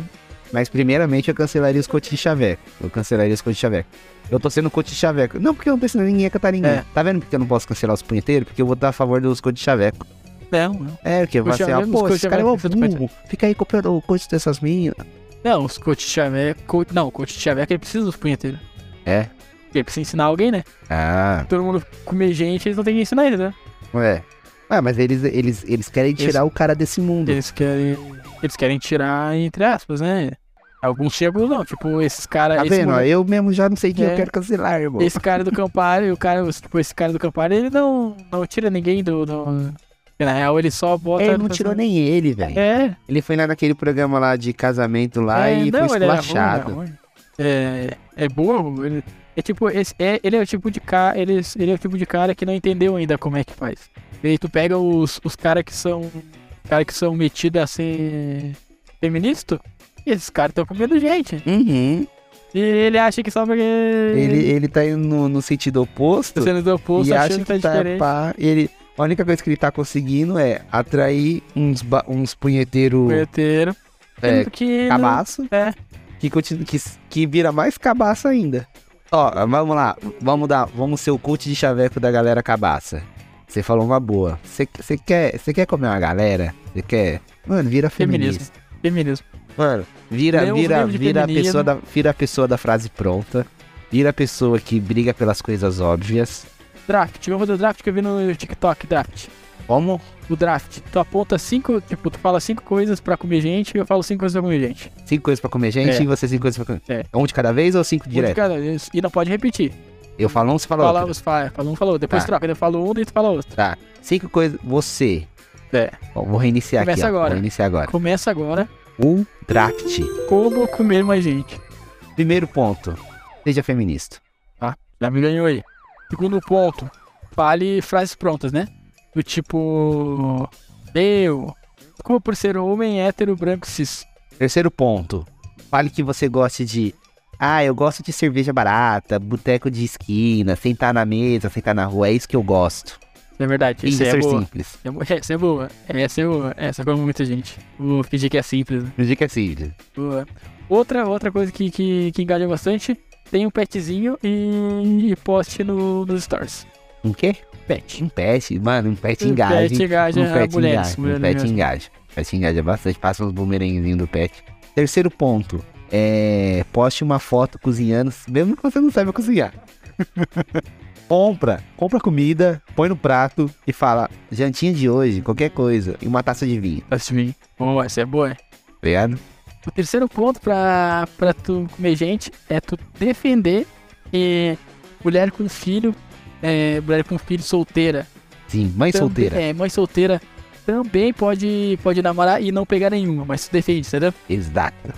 B: Mas primeiramente eu cancelaria os coach de chaveco. Eu cancelaria os coach de chaveco. Eu tô sendo coach de chaveco. Não, porque eu não tô ensinando ninguém a cantar ninguém.
A: É.
B: Tá vendo porque eu não posso cancelar os punheteiros? Porque eu vou dar a favor dos coach de chaveco.
A: Não, não.
B: É, porque vai
A: Coach
B: ser, ah,
A: chaveco, os
B: pô,
A: coach
B: esse cara é um
A: chaveco, você não
B: burro. Fica aí comprando o coach dessas minhas.
A: Não, os coach chaveco. co- Não, o coach chaveco ele precisa dos punheteiros.
B: É?
A: Ele precisa ensinar alguém, né?
B: Ah,
A: Todo mundo comer gente, eles não têm que ensinar eles, né?
B: é. Ah, mas eles, eles, eles querem
A: Eles-
B: tirar o cara desse mundo.
A: Eles querem. Eles querem tirar, entre aspas, né? Alguns chegam, não. Tipo, esses caras.
B: Tá
A: esse
B: vendo?
A: moleque-
B: Eu mesmo já não sei quem
A: É.
B: eu quero cancelar, irmão.
A: Esse cara do Campari, o cara, tipo, esse cara do Campari, ele não, não tira ninguém do, do- Na real, ele só bota.
B: Ele não tirou nem ele, velho.
A: tá É,
B: Ele foi lá naquele programa lá de casamento lá
A: é,
B: e
A: não,
B: foi
A: ele era ruim, era
B: esculachado.
A: ruim. é, é boa, ele é tipo, esse, é, ele é o tipo de cara, ele, ele é o tipo de cara que não entendeu ainda como é que faz. E aí tu pega os, os caras que são cara que são metidos a ser feminista, e esses caras estão comendo gente.
B: Uhum.
A: E ele acha que só porque
B: Ele, ele tá indo no, no sentido
A: É.
B: oposto
A: tá sendo do oposto,
B: e acha
A: achando
B: que
A: que tá
B: tá
A: diferente.
B: pá. Ele, a única coisa que ele tá conseguindo é atrair uns, ba- uns punheteiros
A: Punheteiro.
B: é,
A: Sendo que não-
B: cabaço
A: É.
B: que, continu, que, que vira mais cabaço ainda. Ó, vamos lá, vamos dar, vamos ser o coach de chaveco da galera cabaça. Você falou uma boa. Você você quer, você quer comer uma galera? Você quer? Mano, vira feminista.
A: Feminismo. Feminismo.
B: Mano, vira,
A: Lê uns
B: vira,
A: livros de
B: vira a
A: feminismo.
B: pessoa da, vira a pessoa da frase pronta. Vira a pessoa que briga pelas coisas óbvias.
A: Draft. Vamos fazer o draft que eu vi no TikTok, draft.
B: Como?
A: O draft. Tu aponta cinco, tipo, tu fala cinco coisas pra comer gente, eu falo cinco coisas pra comer gente.
B: Cinco coisas pra comer gente
A: É.
B: e você cinco coisas pra comer.
A: É.
B: Um de cada vez ou cinco
A: Um de
B: direto?
A: cada vez. E não pode repetir.
B: Eu falo um, você fala,
A: Fala,
B: outro.
A: você fala, fala um, falou. Depois
B: Tá.
A: troca. Eu falo um, daí tu fala outro.
B: Tá. Cinco coisas. Você.
A: É.
B: Ó, vou reiniciar
A: Começa
B: aqui. ó.
A: agora.
B: Vou reiniciar agora.
A: Começa agora.
B: Um draft.
A: Como comer mais gente?
B: Primeiro ponto. Seja feminista.
A: Já me ganhou aí. Segundo ponto, fale frases prontas, né? Do tipo. Eu. Desculpa por ser um homem hétero branco cis.
B: Terceiro ponto. Fale que você goste de. Ah, eu gosto de cerveja barata, boteco de esquina, sentar na mesa, sentar na rua, é isso que eu gosto.
A: Isso é verdade.
B: Finge
A: Isso é
B: ser
A: boa.
B: simples.
A: É bo- Essa é boa. Essa é boa. Essa como muita gente. Vou fingir que é simples. né?
B: Finge que é simples.
A: Boa. Outra, outra coisa que, que, que engaja bastante: tem um petzinho e, e poste no, nos stories.
B: Um quê?
A: Pet.
B: Um pet, mano, um pet
A: Um
B: engaja.
A: Pet
B: hein?
A: engaja
B: um pet
A: mulheres.
B: engaja. Um pet
A: mesmo.
B: engaja. O pet engaja bastante, passa uns bumeranguezinhos do pet. Terceiro ponto. É. Poste uma foto cozinhando, mesmo que você não saiba cozinhar. compra, compra comida, põe no prato e fala, jantinha de hoje, qualquer coisa, e uma taça de vinho.
A: Assim, Boa, essa é boa.
B: Tá ligado?
A: O terceiro ponto pra, pra tu comer gente é tu defender eh, mulher com filho, eh, mulher com filho solteira.
B: Sim, mãe
A: Tamb-
B: solteira.
A: É, mãe solteira também pode, pode namorar e não pegar nenhuma, mas tu defende, entendeu?
B: Exato.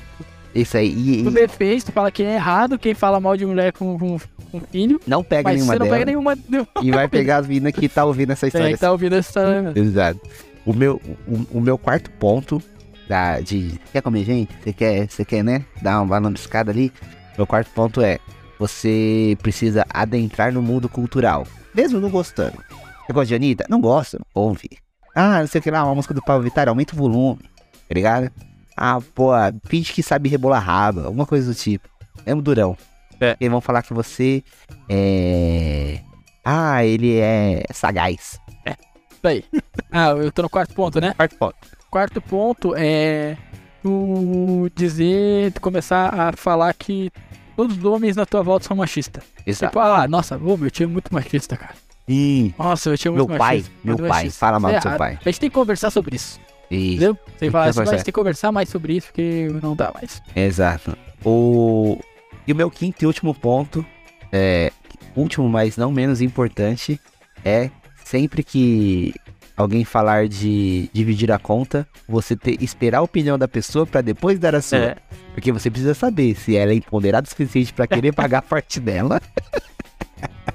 B: Isso aí. E,
A: Tu
B: e
A: defende, tu fala que é errado quem fala mal de mulher com, com, com filho,
B: não pega
A: mas
B: nenhuma
A: você não
B: dela.
A: pega nenhuma. Não,
B: E vai pegar as meninas que tá ouvindo essa
A: é
B: história.
A: que tá ouvindo essa.
B: Exato. O meu, o, o meu quarto ponto da, de. Quer comer, gente? Você quer, você quer, né? Dar uma balambiscada ali? Meu quarto ponto é. Você precisa adentrar no mundo cultural. Mesmo não gostando. Você gosta de Anitta? Não gosta? Ouve. Ah, não sei o que lá, uma música do Pablo Vittar, aumenta o volume. Tá ligado? Ah, pô, finge que sabe rebolar raba, alguma coisa do tipo. É um durão.
A: É.
B: Eles vão falar que você é. Ah, ele é sagaz.
A: Isso aí. Ah, eu tô no quarto ponto, né?
B: Quarto ponto.
A: Quarto ponto é tu dizer, tu começar a falar que todos os homens na tua volta são machistas.
B: Exato.
A: Tipo, ah, lá, nossa, ô, meu tio é muito machista, cara.
B: Ih,
A: Nossa, meu tio é
B: meu
A: muito
B: pai,
A: machista.
B: meu
A: muito
B: pai,
A: machista.
B: fala mal
A: Isso é
B: do seu
A: errado.
B: pai.
A: A gente tem que conversar sobre isso,
B: Ih,
A: entendeu? Você fala assim,
B: conversar.
A: nós temos que conversar mais sobre isso, porque não dá mais.
B: exato. O... E o meu quinto e último ponto, é, último, mas não menos importante, é sempre que alguém falar de dividir a conta, você ter, esperar a opinião da pessoa pra depois dar a sua.
A: É.
B: Porque você precisa saber se ela é empoderada o suficiente pra querer pagar a parte dela.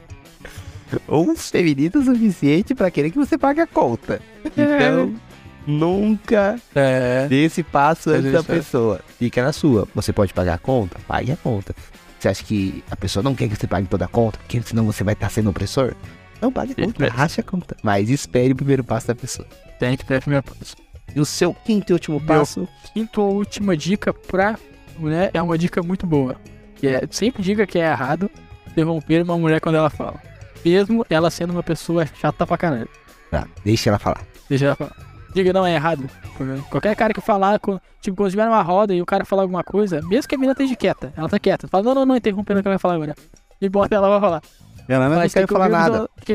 B: Ou feminina o suficiente pra querer que você pague a conta. Então, nunca
A: É.
B: Dê esse passo
A: Às
B: antes da
A: vezes, é.
B: pessoa. Fica na sua. Você pode pagar a conta? Pague a conta. Você acha que a pessoa não quer que você pague toda a conta? Porque senão você vai estar sendo opressor? Não pague a
A: Sim,
B: conta,
A: é.
B: racha a conta. Mas espere o primeiro passo da pessoa.
A: Tem que ter primeiro passo.
B: E o seu quinto e último
A: Meu.
B: passo?
A: Quinta ou última dica pra mulher é uma dica muito boa. Que é, sempre diga que é errado interromper uma mulher quando ela fala. Mesmo ela sendo uma pessoa chata pra caralho.
B: Tá, deixa ela falar.
A: Deixa ela falar. Diga, não, é errado. Qualquer cara que falar, co- tipo, quando estiver numa roda e o cara falar alguma coisa, mesmo que a menina esteja quieta, ela tá quieta. Fala, não, não, não, interrompendo o que ela vai falar agora. E bota ela pra falar.
B: Ela não
A: Mas
B: quero
A: tem que
B: falar
A: ouvir os
B: nada.
A: outros, Porque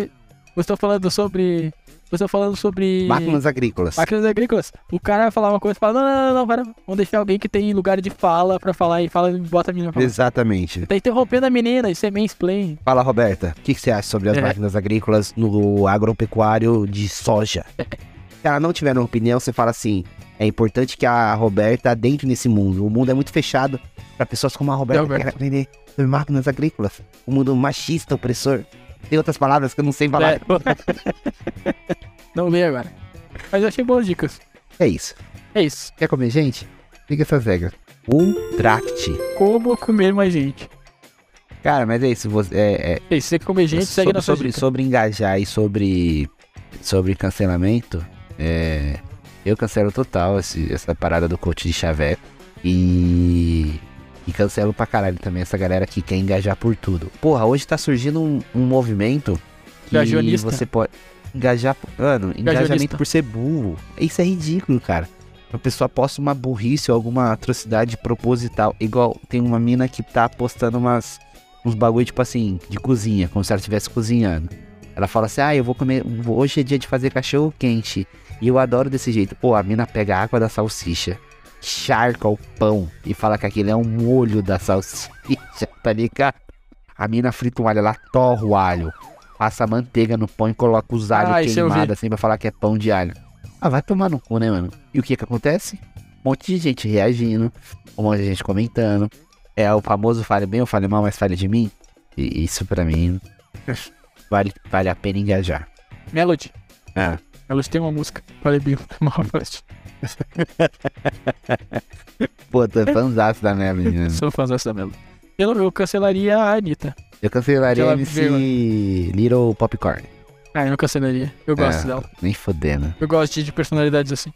A: vocês estão falando sobre. Vocês estão falando sobre.
B: Máquinas agrícolas.
A: máquinas agrícolas. O cara vai falar uma coisa e fala, não, não, não, não, para. Vamos deixar alguém que tem lugar de fala pra falar e fala e bota a menina pra falar.
B: Exatamente.
A: Tá interrompendo a menina, isso é mansplain.
B: Fala, Roberta, o que, que você acha sobre as
A: É.
B: máquinas agrícolas no agropecuário de soja? Se ela não tiver uma opinião, você fala assim: É importante que a Roberta adentre nesse mundo. O mundo é muito fechado para pessoas como a Roberta que
A: Delberto.
B: querem aprender sobre máquinas agrícolas. Um mundo machista, opressor. Tem outras palavras que eu não sei falar.
A: É. Não veio agora. Mas eu achei boas dicas.
B: É, isso.
A: É isso.
B: Quer comer gente? Fica essas regras. Um tract.
A: Como comer mais gente.
B: Cara, mas é isso. Você, é, é-
A: É isso. Se você quer comer gente, segue
B: sobre,
A: nossas
B: sobre,
A: dicas.
B: sobre engajar e sobre, sobre cancelamento, é, eu cancelo total esse- essa parada do coach de Xavier. E, e cancelo pra caralho também essa galera que quer engajar por tudo. Porra, hoje tá surgindo um, um movimento que
A: Engajonista.
B: você pode engajar. por- Mano, engajamento por ser burro. Isso é ridículo, cara. A pessoa posta uma burrice ou alguma atrocidade proposital. Igual tem uma mina que tá postando umas uns bagulho, tipo assim, de cozinha, como se ela estivesse cozinhando. Ela fala assim, ah, eu vou comer, hoje é dia de fazer cachorro quente. E eu adoro desse jeito. Pô, a mina pega a água da salsicha, charca o pão e fala que aquilo é um molho da salsicha, tá ligado? A mina frita um alho, ela torra o alho, passa manteiga no pão e coloca os alhos
A: Ah, isso eu vi.
B: queimados assim pra falar que é pão de alho. Ah, vai tomar no cu, né, mano? E o que que acontece? Um monte de gente reagindo, um monte de gente comentando. É o famoso fale bem ou fale mal, mas fale de mim. E isso pra mim vale, vale a pena engajar.
A: Melody. É.
B: Ah.
A: Melody tem uma música. Falei bem. Mal, Melody.
B: Pô, tô fanzaço da minha menina.
A: Sou fã da Melody. Eu, eu cancelaria a Anitta.
B: Eu cancelaria
A: Aquela
B: MC
A: vírgula.
B: Little Popcorn.
A: Ah, eu não cancelaria. Eu gosto
B: É.
A: dela.
B: Nem fodendo.
A: Eu gosto de, de personalidades assim.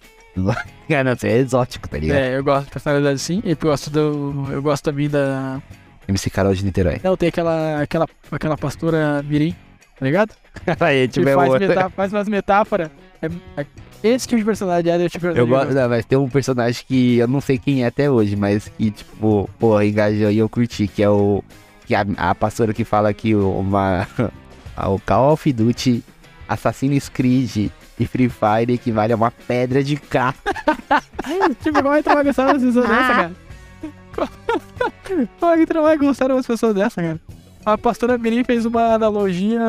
B: Ah, não, você é exótico, tá ligado?
A: É, eu gosto de personalidades assim. E eu gosto do. Eu gosto também da.
B: MC Carol de Niterói.
A: Não, tem aquela. aquela, aquela pastora Mirim, tá ligado?
B: Aí, tipo, é
A: Que faz, meta- faz umas metáforas. É- é- esse tipo de personalidade é o tipo de
B: Eu
A: personalidade.
B: gosto, não, mas tem um personagem que eu não sei quem é até hoje, mas que, tipo, porra, engajou e eu curti, que é o. Que a, a pastora que fala que o- uma. a- o Call of Duty, Assassin's Creed e Free Fire equivale a uma pedra de cá.
A: Ai, tipo, como é que tu vai gostar de uma pessoa dessa, cara? Como é que tu não vai gostar de uma pessoa dessa, cara? A pastora Mirim fez uma analogia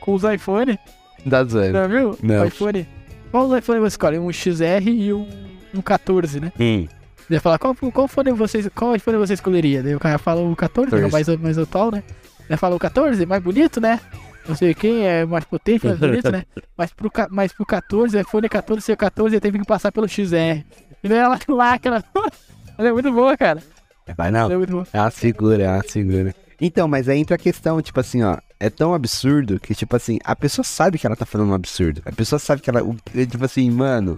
A: com os iPhone,
B: Da zoeira.
A: já viu?
B: Não.
A: O iPhone. Qual os iPhone você escolhe? Um XR e um, um 14, né?
B: Hum.
A: Ele ia falar, qual, qual, fone você, qual iPhone você escolheria? Daí o cara fala o 14, que é o mais, mais atual, né? Ele fala o 14, mais bonito, né? Não sei o que, é mais potente, mais bonito, né? Mas pro, ca- mas pro é 14, o iPhone 14, seu 14, teve que passar pelo XR. E daí ela lá, aquela... ela é muito boa, cara.
B: Vai não.
A: Ela é muito boa.
B: Ah, segura, ah, segura. Então, mas aí entra a questão, tipo assim, ó, é tão absurdo que, tipo assim, a pessoa sabe que ela tá falando um absurdo. A pessoa sabe que ela, o- é, tipo assim, mano,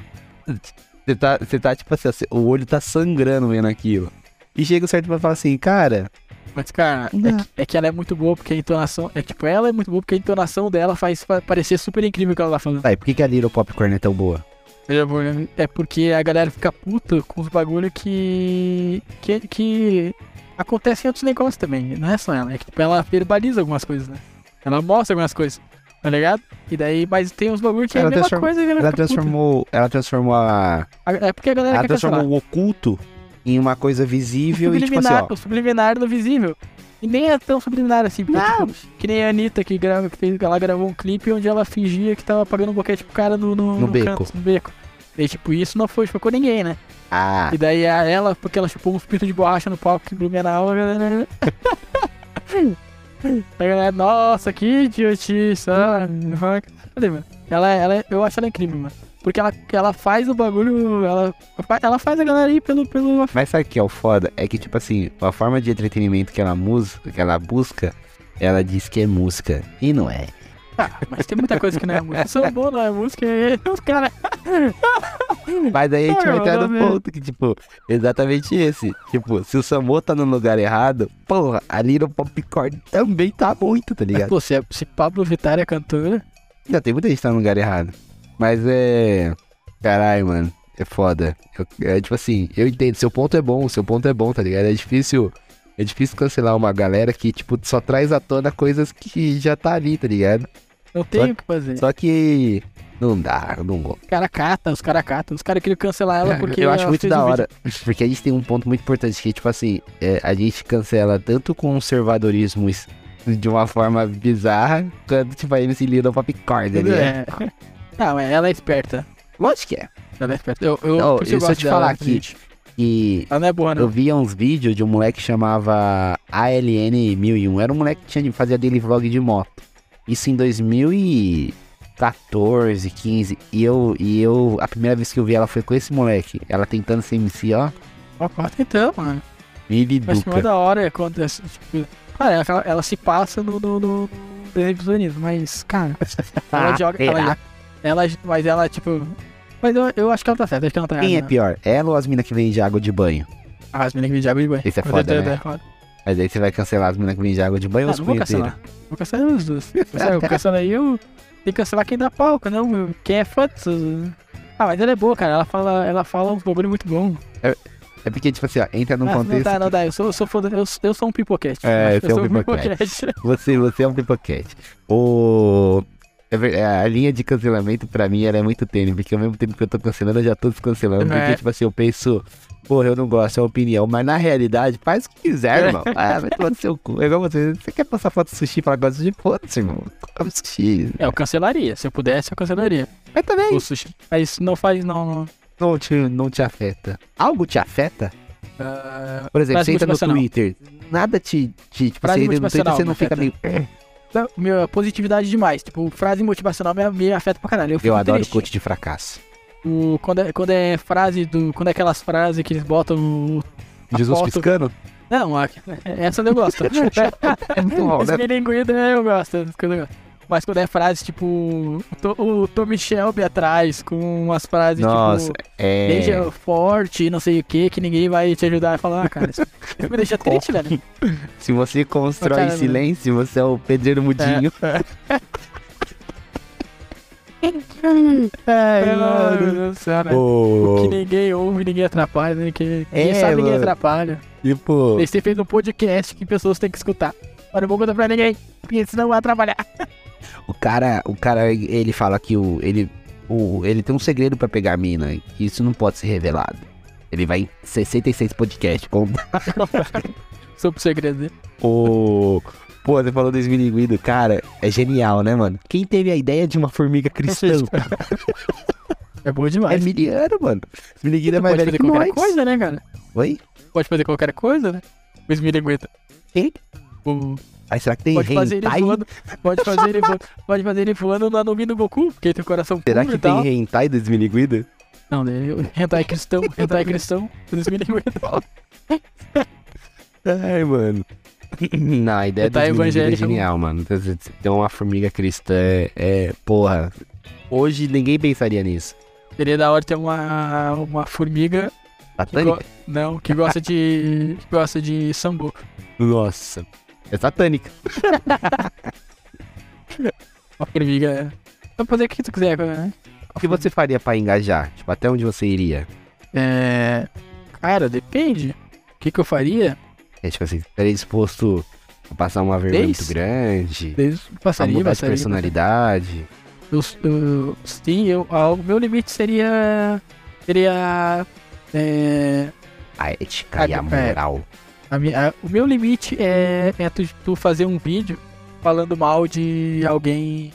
B: você tá, você tá, tipo assim, ó, o olho tá sangrando vendo aquilo. E chega o certo pra falar assim, cara,
A: Mas, cara, é
B: Não.
A: que, é que ela é muito boa porque a entonação... É tipo, ela é muito boa porque a entonação dela faz pa- parecer super incrível o que ela tá falando.
B: tá, e por que, que a Little Popcorn é tão boa?
A: Veja, por exemplo, É porque a galera fica puta com os bagulho que. que, que acontece em outros negócios também. Não é só ela. É que tipo, ela verbaliza algumas coisas, né? Ela mostra algumas coisas, tá ligado? E daí, mas tem uns bagulho que é
B: Ela
A: a mesma
B: transforma-
A: coisa e a galera
B: Ela
A: fica puta.
B: transformou, ela transformou a,
A: A- É porque a galera
B: ela
A: quer cancelar.
B: transformou o oculto em uma coisa
A: O
B: visível e, tipo assim,
A: subliminar,
B: ó,
A: o subliminar do visível. E nem é tão subliminar assim, porque, tipo, que nem a Anitta que, grava, que fez, ela gravou um clipe onde ela fingia que tava pagando um boquete pro cara no, no,
B: No
A: no
B: beco.
A: canto, no beco. E tipo, isso não foi, chocou ninguém, né?
B: ah,
A: E daí a ela, porque ela chupou um pinto de borracha no palco em Blumenau, a galera. a galera, nossa, que idiotice. ah, Cadê, mano? Ela, é, ela, eu acho ela incrível, mano. Porque ela, ela faz o bagulho, ela, ela faz a galera ir pelo, pelo.
B: Mas sabe o que é o foda? É que, tipo assim, a forma de entretenimento que ela, mus- que ela busca, ela diz que é música. E não é.
A: Ah, mas tem muita coisa que não é música. São bom não é música, e os caras.
B: Mas aí a gente
A: Ah,
B: vai entrar
A: nada
B: no
A: a ver.
B: ponto que, tipo, exatamente esse. Tipo, se o Samu tá no lugar errado, porra, a Little Popcorn também tá muito, tá ligado?
A: Pô, se, é, se Pablo Vittar é cantora,
B: Já tem muita gente que tá no lugar errado. Mas é. Caralho, mano. É foda. Eu- é tipo assim, eu entendo. Seu ponto é bom, seu ponto é bom, tá ligado? É difícil. É difícil cancelar uma galera que, tipo, só traz à tona coisas que já tá ali, tá ligado?
A: não tem o que fazer.
B: Só que. Não dá, não vou.
A: Os caras catam, os caras catam. Os caras queriam cancelar ela porque.
B: eu acho
A: ela
B: muito
A: fez
B: da
A: um vídeo
B: hora. Porque a gente tem um ponto muito importante que, tipo assim, é, a gente cancela tanto o conservadorismo es- de uma forma bizarra, quanto, tipo, a MC Little Popcorn, tá ligado?
A: É. Não, é, ela é esperta.
B: Lógico que é.
A: Ela é esperta. Eu, eu,
B: Não,
A: por isso eu
B: isso eu
A: gosto
B: te
A: dela,
B: falar aqui.
A: gente.
B: E
A: Ela não é boa,
B: eu
A: não.
B: via uns vídeos de um moleque que chamava ALN1001. Era um moleque que tinha, fazia daily vlog de moto. Isso em 2014, 15. E eu, e eu, a primeira vez que eu vi ela foi com esse moleque. Ela tentando ser MC, ó.
A: Ó, corta então, mano. Mas que mais
B: Miliduca.
A: da hora acontece. Tipo, cara, ela, ela se passa no, no, no no televisionismo, mas, cara, ela joga. Ela,
B: será?
A: joga- ela, mas ela, tipo. Mas eu, eu acho que ela tá certa, acho que ela tá
B: Quem é
A: errada.
B: pior? Ela ou as minas que vende água de banho?
A: Ah, as meninas que me diabem, ué.
B: Isso é
A: Com
B: foda,
A: certeza,
B: né?
A: é foda.
B: Mas aí você vai cancelar as minas que vendem água de banho ou
A: Ah,
B: os né?
A: não vou
B: punheteiros?
A: cancelar. Vou cancelar os dois. Cancela- Cancelando aí, eu tem que cancelar quem dá palco, não. meu. Quem é fã dessas- Ah, mas ela é boa, cara. Ela fala, ela fala uns bagulho muito bom.
B: É porque, tipo assim, ó, entra num
A: Ah, não
B: contexto.
A: dá, não dá. Eu sou, eu sou, fã do- eu, eu sou um pipoquete.
B: É, você é um
A: pipoquete.
B: Você, você é um pipoquete. O... é ver- é, A linha de cancelamento pra mim era muito tênue, porque ao mesmo tempo que eu tô cancelando, eu já tô descancelando.
A: É.
B: Porque, tipo assim, eu penso, porra, eu não gosto, é uma opinião. Mas na realidade, faz o que
A: É.
B: quiser, irmão. Ah, vai tomar no seu cu. É igual você. Você quer passar foto de sushi pra gosto de foda-se, irmão. Come sushi.
A: É, eu cancelaria. Se eu pudesse, eu cancelaria.
B: Mas também
A: O sushi. Mas não faz, não. não.
B: não te, não te afeta. Algo te afeta?
A: Ah,
B: Por exemplo,
A: Frase
B: você entra no
A: motivacional.
B: Twitter, nada te. te tipo,
A: Frase
B: você entra no Twitter,
A: motivacional,
B: você não
A: me
B: fica meio. "Eh".
A: afeta. não, minha positividade demais. Tipo, frase motivacional me, me afeta pra caralho. Eu, fico
B: Eu adoro
A: triste.
B: coach de fracasso.
A: O- quando, é, quando é frase do. Quando é aquelas frases que eles botam no. a
B: Jesus
A: foto-
B: piscando?
A: Não, a- essa eu gosto.
B: É muito bom, né?
A: Esmilinguido eu gosto. essas coisas eu gosto. Mas quando é frase tipo. o To- O Tommy Shelby atrás, com umas frases
B: Nossa,
A: tipo.
B: é.
A: Seja forte, não sei o que, que ninguém vai te ajudar a falar, cara. Isso, isso me deixa triste, velho.
B: Se você constrói
A: Cara,
B: silêncio, você é o pedreiro mudinho.
A: É, Ai, É, meu Deus do céu, né?
B: Pô,
A: Que ninguém ouve, ninguém atrapalha, né? Que ninguém
B: É,
A: sabe, ninguém
B: mano.
A: atrapalha.
B: tipo,
A: Você fez um podcast que pessoas têm que escutar. Mas não vou contar pra ninguém, porque senão vai atrapalhar.
B: o cara, o cara, ele fala que o, ele, o, ele tem um segredo pra pegar a mina, que isso não pode ser revelado. Ele vai em 66 podcasts contar.
A: Sobre o segredo dele.
B: O... Pô, você falou do esmilinguido, cara, é genial, né, mano? Quem teve a ideia de uma formiga cristã?
A: É bom
B: é
A: demais.
B: miliano, mano. Esmilinguido é mais
A: Pode
B: velho
A: fazer
B: que
A: qualquer
B: nós.
A: coisa, né, cara?
B: Oi?
A: Pode fazer qualquer coisa, né? Mas me aguenta.
B: Quem?
A: O-
B: Aí será que tem
A: Pode fazer ele
B: hentai?
A: voando. Pode fazer ele voando. Pode fazer ele voando lá no Mi do Goku, porque tem o coração
B: Será
A: puro
B: que
A: e tal.
B: tem hentai do esmilinguido?
A: Não, daí eu- hentai cristão, hentai cristão, eles me aguentam.
B: Ai, mano. Não, a ideia
A: Tá
B: dos meninos é
A: evangélico.
B: genial, mano. Então, se- se Tem uma formiga cristã, é, é, Porra. Hoje ninguém pensaria nisso.
A: Seria da hora ter uma, uma formiga que go-
B: Satânica?
A: não, que gosta de. que gosta de sambo.
B: Nossa. É satânica.
A: Uma formiga. é. Dá pra fazer o que tu quiser, né?
B: O que você faria pra engajar? Tipo, até onde você iria?
A: É. Cara, depende. O que, que eu faria?
B: É tipo assim, estaria disposto a passar uma vergonha
A: Três?
B: muito grande?
A: Desde
B: A
A: passaria,
B: mudar de né?
A: passaria.
B: personalidade?
A: Eu, eu- sim, eu, ah, o meu limite seria. Seria. É,
B: A ética e
A: Ah,
B: a
A: é.
B: moral.
A: a mi- a- o meu limite é, é tu, tu fazer um vídeo falando mal de alguém.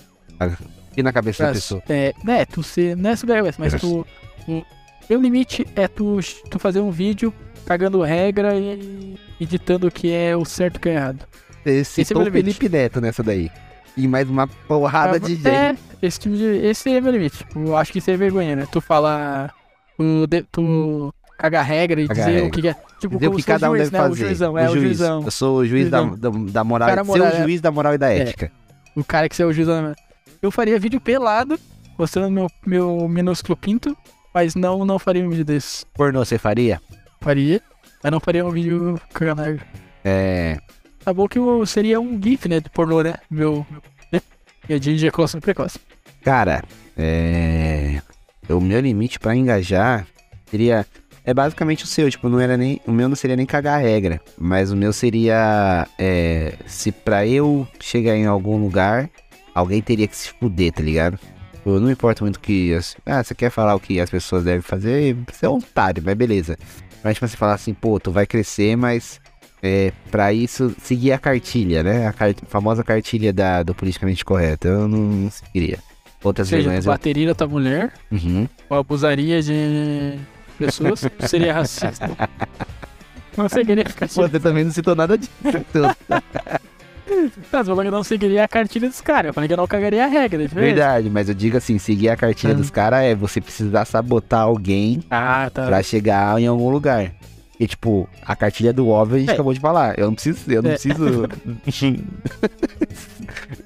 B: E na cabeça da
A: pra-
B: pessoa?
A: É, né, tu ser. Não é sobre a cabeça, mas tu. o- meu limite é tu, tu fazer um vídeo cagando regra e, e ditando o que é o certo e o que é errado.
B: Você
A: é
B: citou
A: meu
B: o
A: limite.
B: Felipe Neto nessa daí. E mais uma porrada de gente.
A: É, esse tipo de. Esse é meu limite. Eu acho que isso é vergonha, né? Tu falar. Tu, de- tu cagar regra e
B: Hum. Cagar
A: dizer o
B: regra.
A: que que é. Tipo,
B: Dizer o
A: como
B: que
A: se fosse
B: cada um
A: juiz,
B: deve
A: né?
B: fazer.
A: O juizão, é o
B: juiz.
A: juizão.
B: Eu sou o juiz
A: Juizão.
B: Da, da, da moral. né?
A: Cara
B: Ser
A: moral,
B: o
A: é.
B: juiz da moral e da
A: É.
B: ética.
A: O cara que é o juizão. né? Eu faria vídeo pelado, mostrando meu, meu minúsculo pinto, mas não, não faria um vídeo desse.
B: Pornô, você faria?
A: Faria, mas não faria um vídeo cagando regra.
B: É.
A: Tá bom que eu seria um GIF, né? De pornô, né? Meu. meu né? E a Didi é coração precoce.
B: Cara, é. O meu limite pra engajar seria. É basicamente o seu, tipo, não era nem. O meu não seria nem cagar a regra. Mas o meu seria. É, se pra eu chegar em algum lugar, alguém teria que se fuder, tá ligado? Eu não importa muito o que. as- Ah, você quer falar o que as pessoas devem fazer? Você é um otário, mas beleza. Mas tipo, você falar assim, pô, tu vai crescer, mas. É, pra isso, seguir a cartilha, né? A, cart- famosa cartilha da, do politicamente correto. Eu não, não seguiria.
A: Ou
B: Outras
A: seja,
B: vergonhas.
A: tu bateria da tua mulher,
B: eu- Uhum.
A: ou abusaria de pessoas, tu seria racista. Não seguiria a cartilha.
B: Você também não citou nada disso.
A: Tá, você falou que não seguiria a cartilha dos caras. Eu falei que eu não cagaria a regra, é diferente.
B: Verdade, mas eu digo assim, seguir a cartilha
A: Ah.
B: dos caras é você precisar sabotar alguém
A: Ah, tá.
B: pra chegar em algum lugar. E tipo, a cartilha do óbvio a gente
A: É.
B: acabou de falar. Eu não preciso, eu não
A: É.
B: preciso.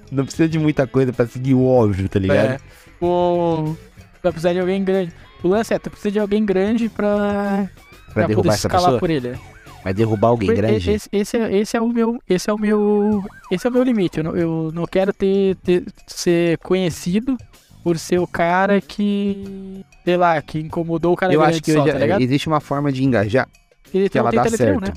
B: não precisa de muita coisa pra seguir o óbvio, tá ligado?
A: É. O... Vai precisar de alguém grande. O lance é, tu precisa de alguém grande pra,
B: Pra
A: poder
B: derrubar essa
A: escalar
B: pessoa.
A: por ele.
B: Mas derrubar alguém
A: Porque
B: grande.
A: Esse, esse é, esse é o meu. Esse é o meu. Esse é o meu limite. Eu não, eu não quero ter, ter- ser conhecido por ser o cara que. Sei lá, que incomodou o cara
B: eu
A: grande
B: acho que
A: só,
B: hoje
A: tá ligado?
B: existe uma forma de engajar
A: Ele
B: que ela dá certo.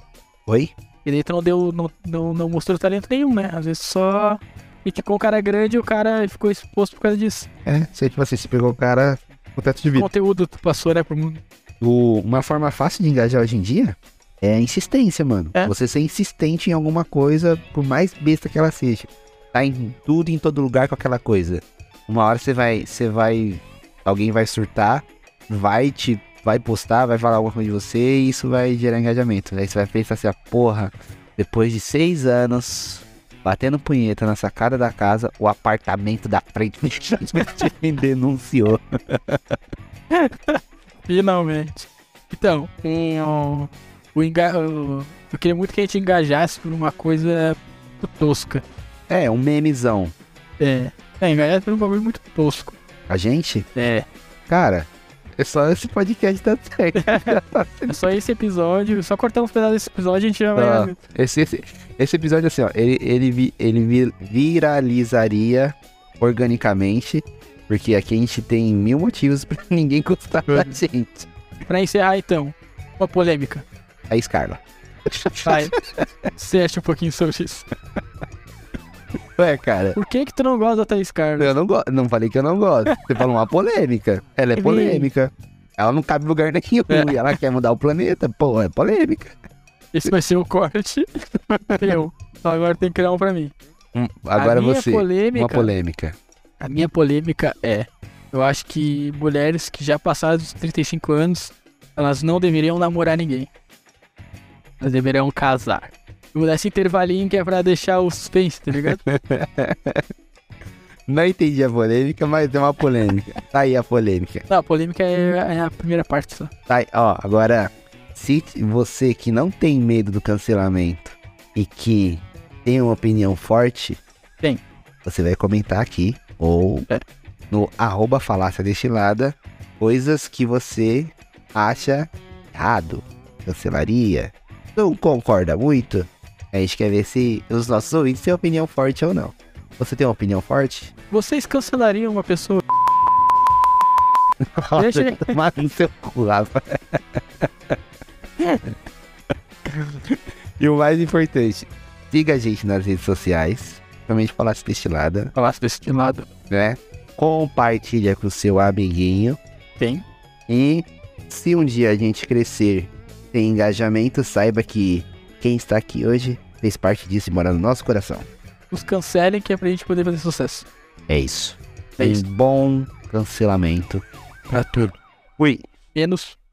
B: Oi?
A: E daí tu né? não deu. Não, não, não mostrou talento nenhum, né? Às vezes só criticou o cara grande e o cara ficou exposto por causa disso.
B: É, sei tipo assim, você pegou o cara com teto de
A: O
B: vidro.
A: conteúdo tu passou, né, pro mundo.
B: O- uma forma fácil de engajar hoje em dia é a insistência, mano.
A: É.
B: Você ser insistente em alguma coisa, por mais besta que ela seja. Tá em tudo e em todo lugar com aquela coisa. Uma hora você vai. Você vai. Alguém vai surtar, vai te. Vai postar, vai falar alguma coisa de você e isso vai gerar engajamento. Aí você vai pensar assim, ah, porra, depois de seis anos, batendo punheta na sacada da casa, o apartamento da frente me denunciou.
A: Finalmente. Então, tem o, o enga... o- eu queria muito que a gente engajasse por uma coisa tosca.
B: É, um memezão.
A: É. É, engajasse por um bagulho muito tosco.
B: A gente
A: É.
B: Cara, é só esse podcast da Tech.
A: É só esse episódio, só cortar uns pedaços desse episódio e a gente já vai.
B: Tá. esse, esse, esse episódio, assim, ó, ele, ele, vi- ele vi- viralizaria organicamente, porque aqui a gente tem mil motivos pra ninguém gostar da gente. É
A: Pra encerrar, então, uma polêmica.
B: Aí, Scarla.
A: Vai. Você acha um pouquinho sobre isso.
B: Ué, cara,
A: Por que que tu não gosta da Thaís Carla?
B: eu não gosto. Não falei que eu não gosto. Você falou uma polêmica. Ela é
A: Ele-
B: polêmica. Ela não cabe em lugar nenhum.
A: É.
B: E ela quer mudar o planeta. Pô, é polêmica.
A: Esse vai ser o corte. eu. Então agora tem que criar um pra mim.
B: Hum, Agora
A: a minha
B: você.
A: Polêmica,
B: Uma polêmica.
A: A minha polêmica é: eu acho que mulheres que já passaram dos 35 anos, elas não deveriam namorar ninguém. Elas deveriam casar. Eu vou dar esse intervalinho que é pra deixar o suspense, tá ligado?
B: Não entendi a polêmica, mas é uma polêmica. tá aí a polêmica.
A: não, a polêmica é é a primeira parte só.
B: Tá, aí, ó, agora, se t- você que não tem medo do cancelamento e que tem uma opinião forte,
A: Tem.
B: Você vai comentar aqui ou
A: É.
B: no arroba falácia destilada coisas que você acha errado, cancelaria, não concorda muito. A gente quer ver se os nossos ouvintes têm opinião forte ou não. Você tem uma opinião forte?
A: Vocês cancelariam uma pessoa? Deixa ele-
B: Tomar no seu cu, Rafa. e o mais importante, siga a gente nas redes sociais, principalmente Palácio Destilada,
A: Falasse desse lado.
B: né? Compartilha com o seu amiguinho
A: Tem.
B: e se um dia a gente crescer tem engajamento, saiba que quem está aqui hoje fez parte disso e mora no nosso coração.
A: Os cancelem que é pra gente poder fazer sucesso.
B: É isso.
A: É
B: Um
A: isso.
B: bom cancelamento.
A: Pra tudo.
B: Fui.
A: Menos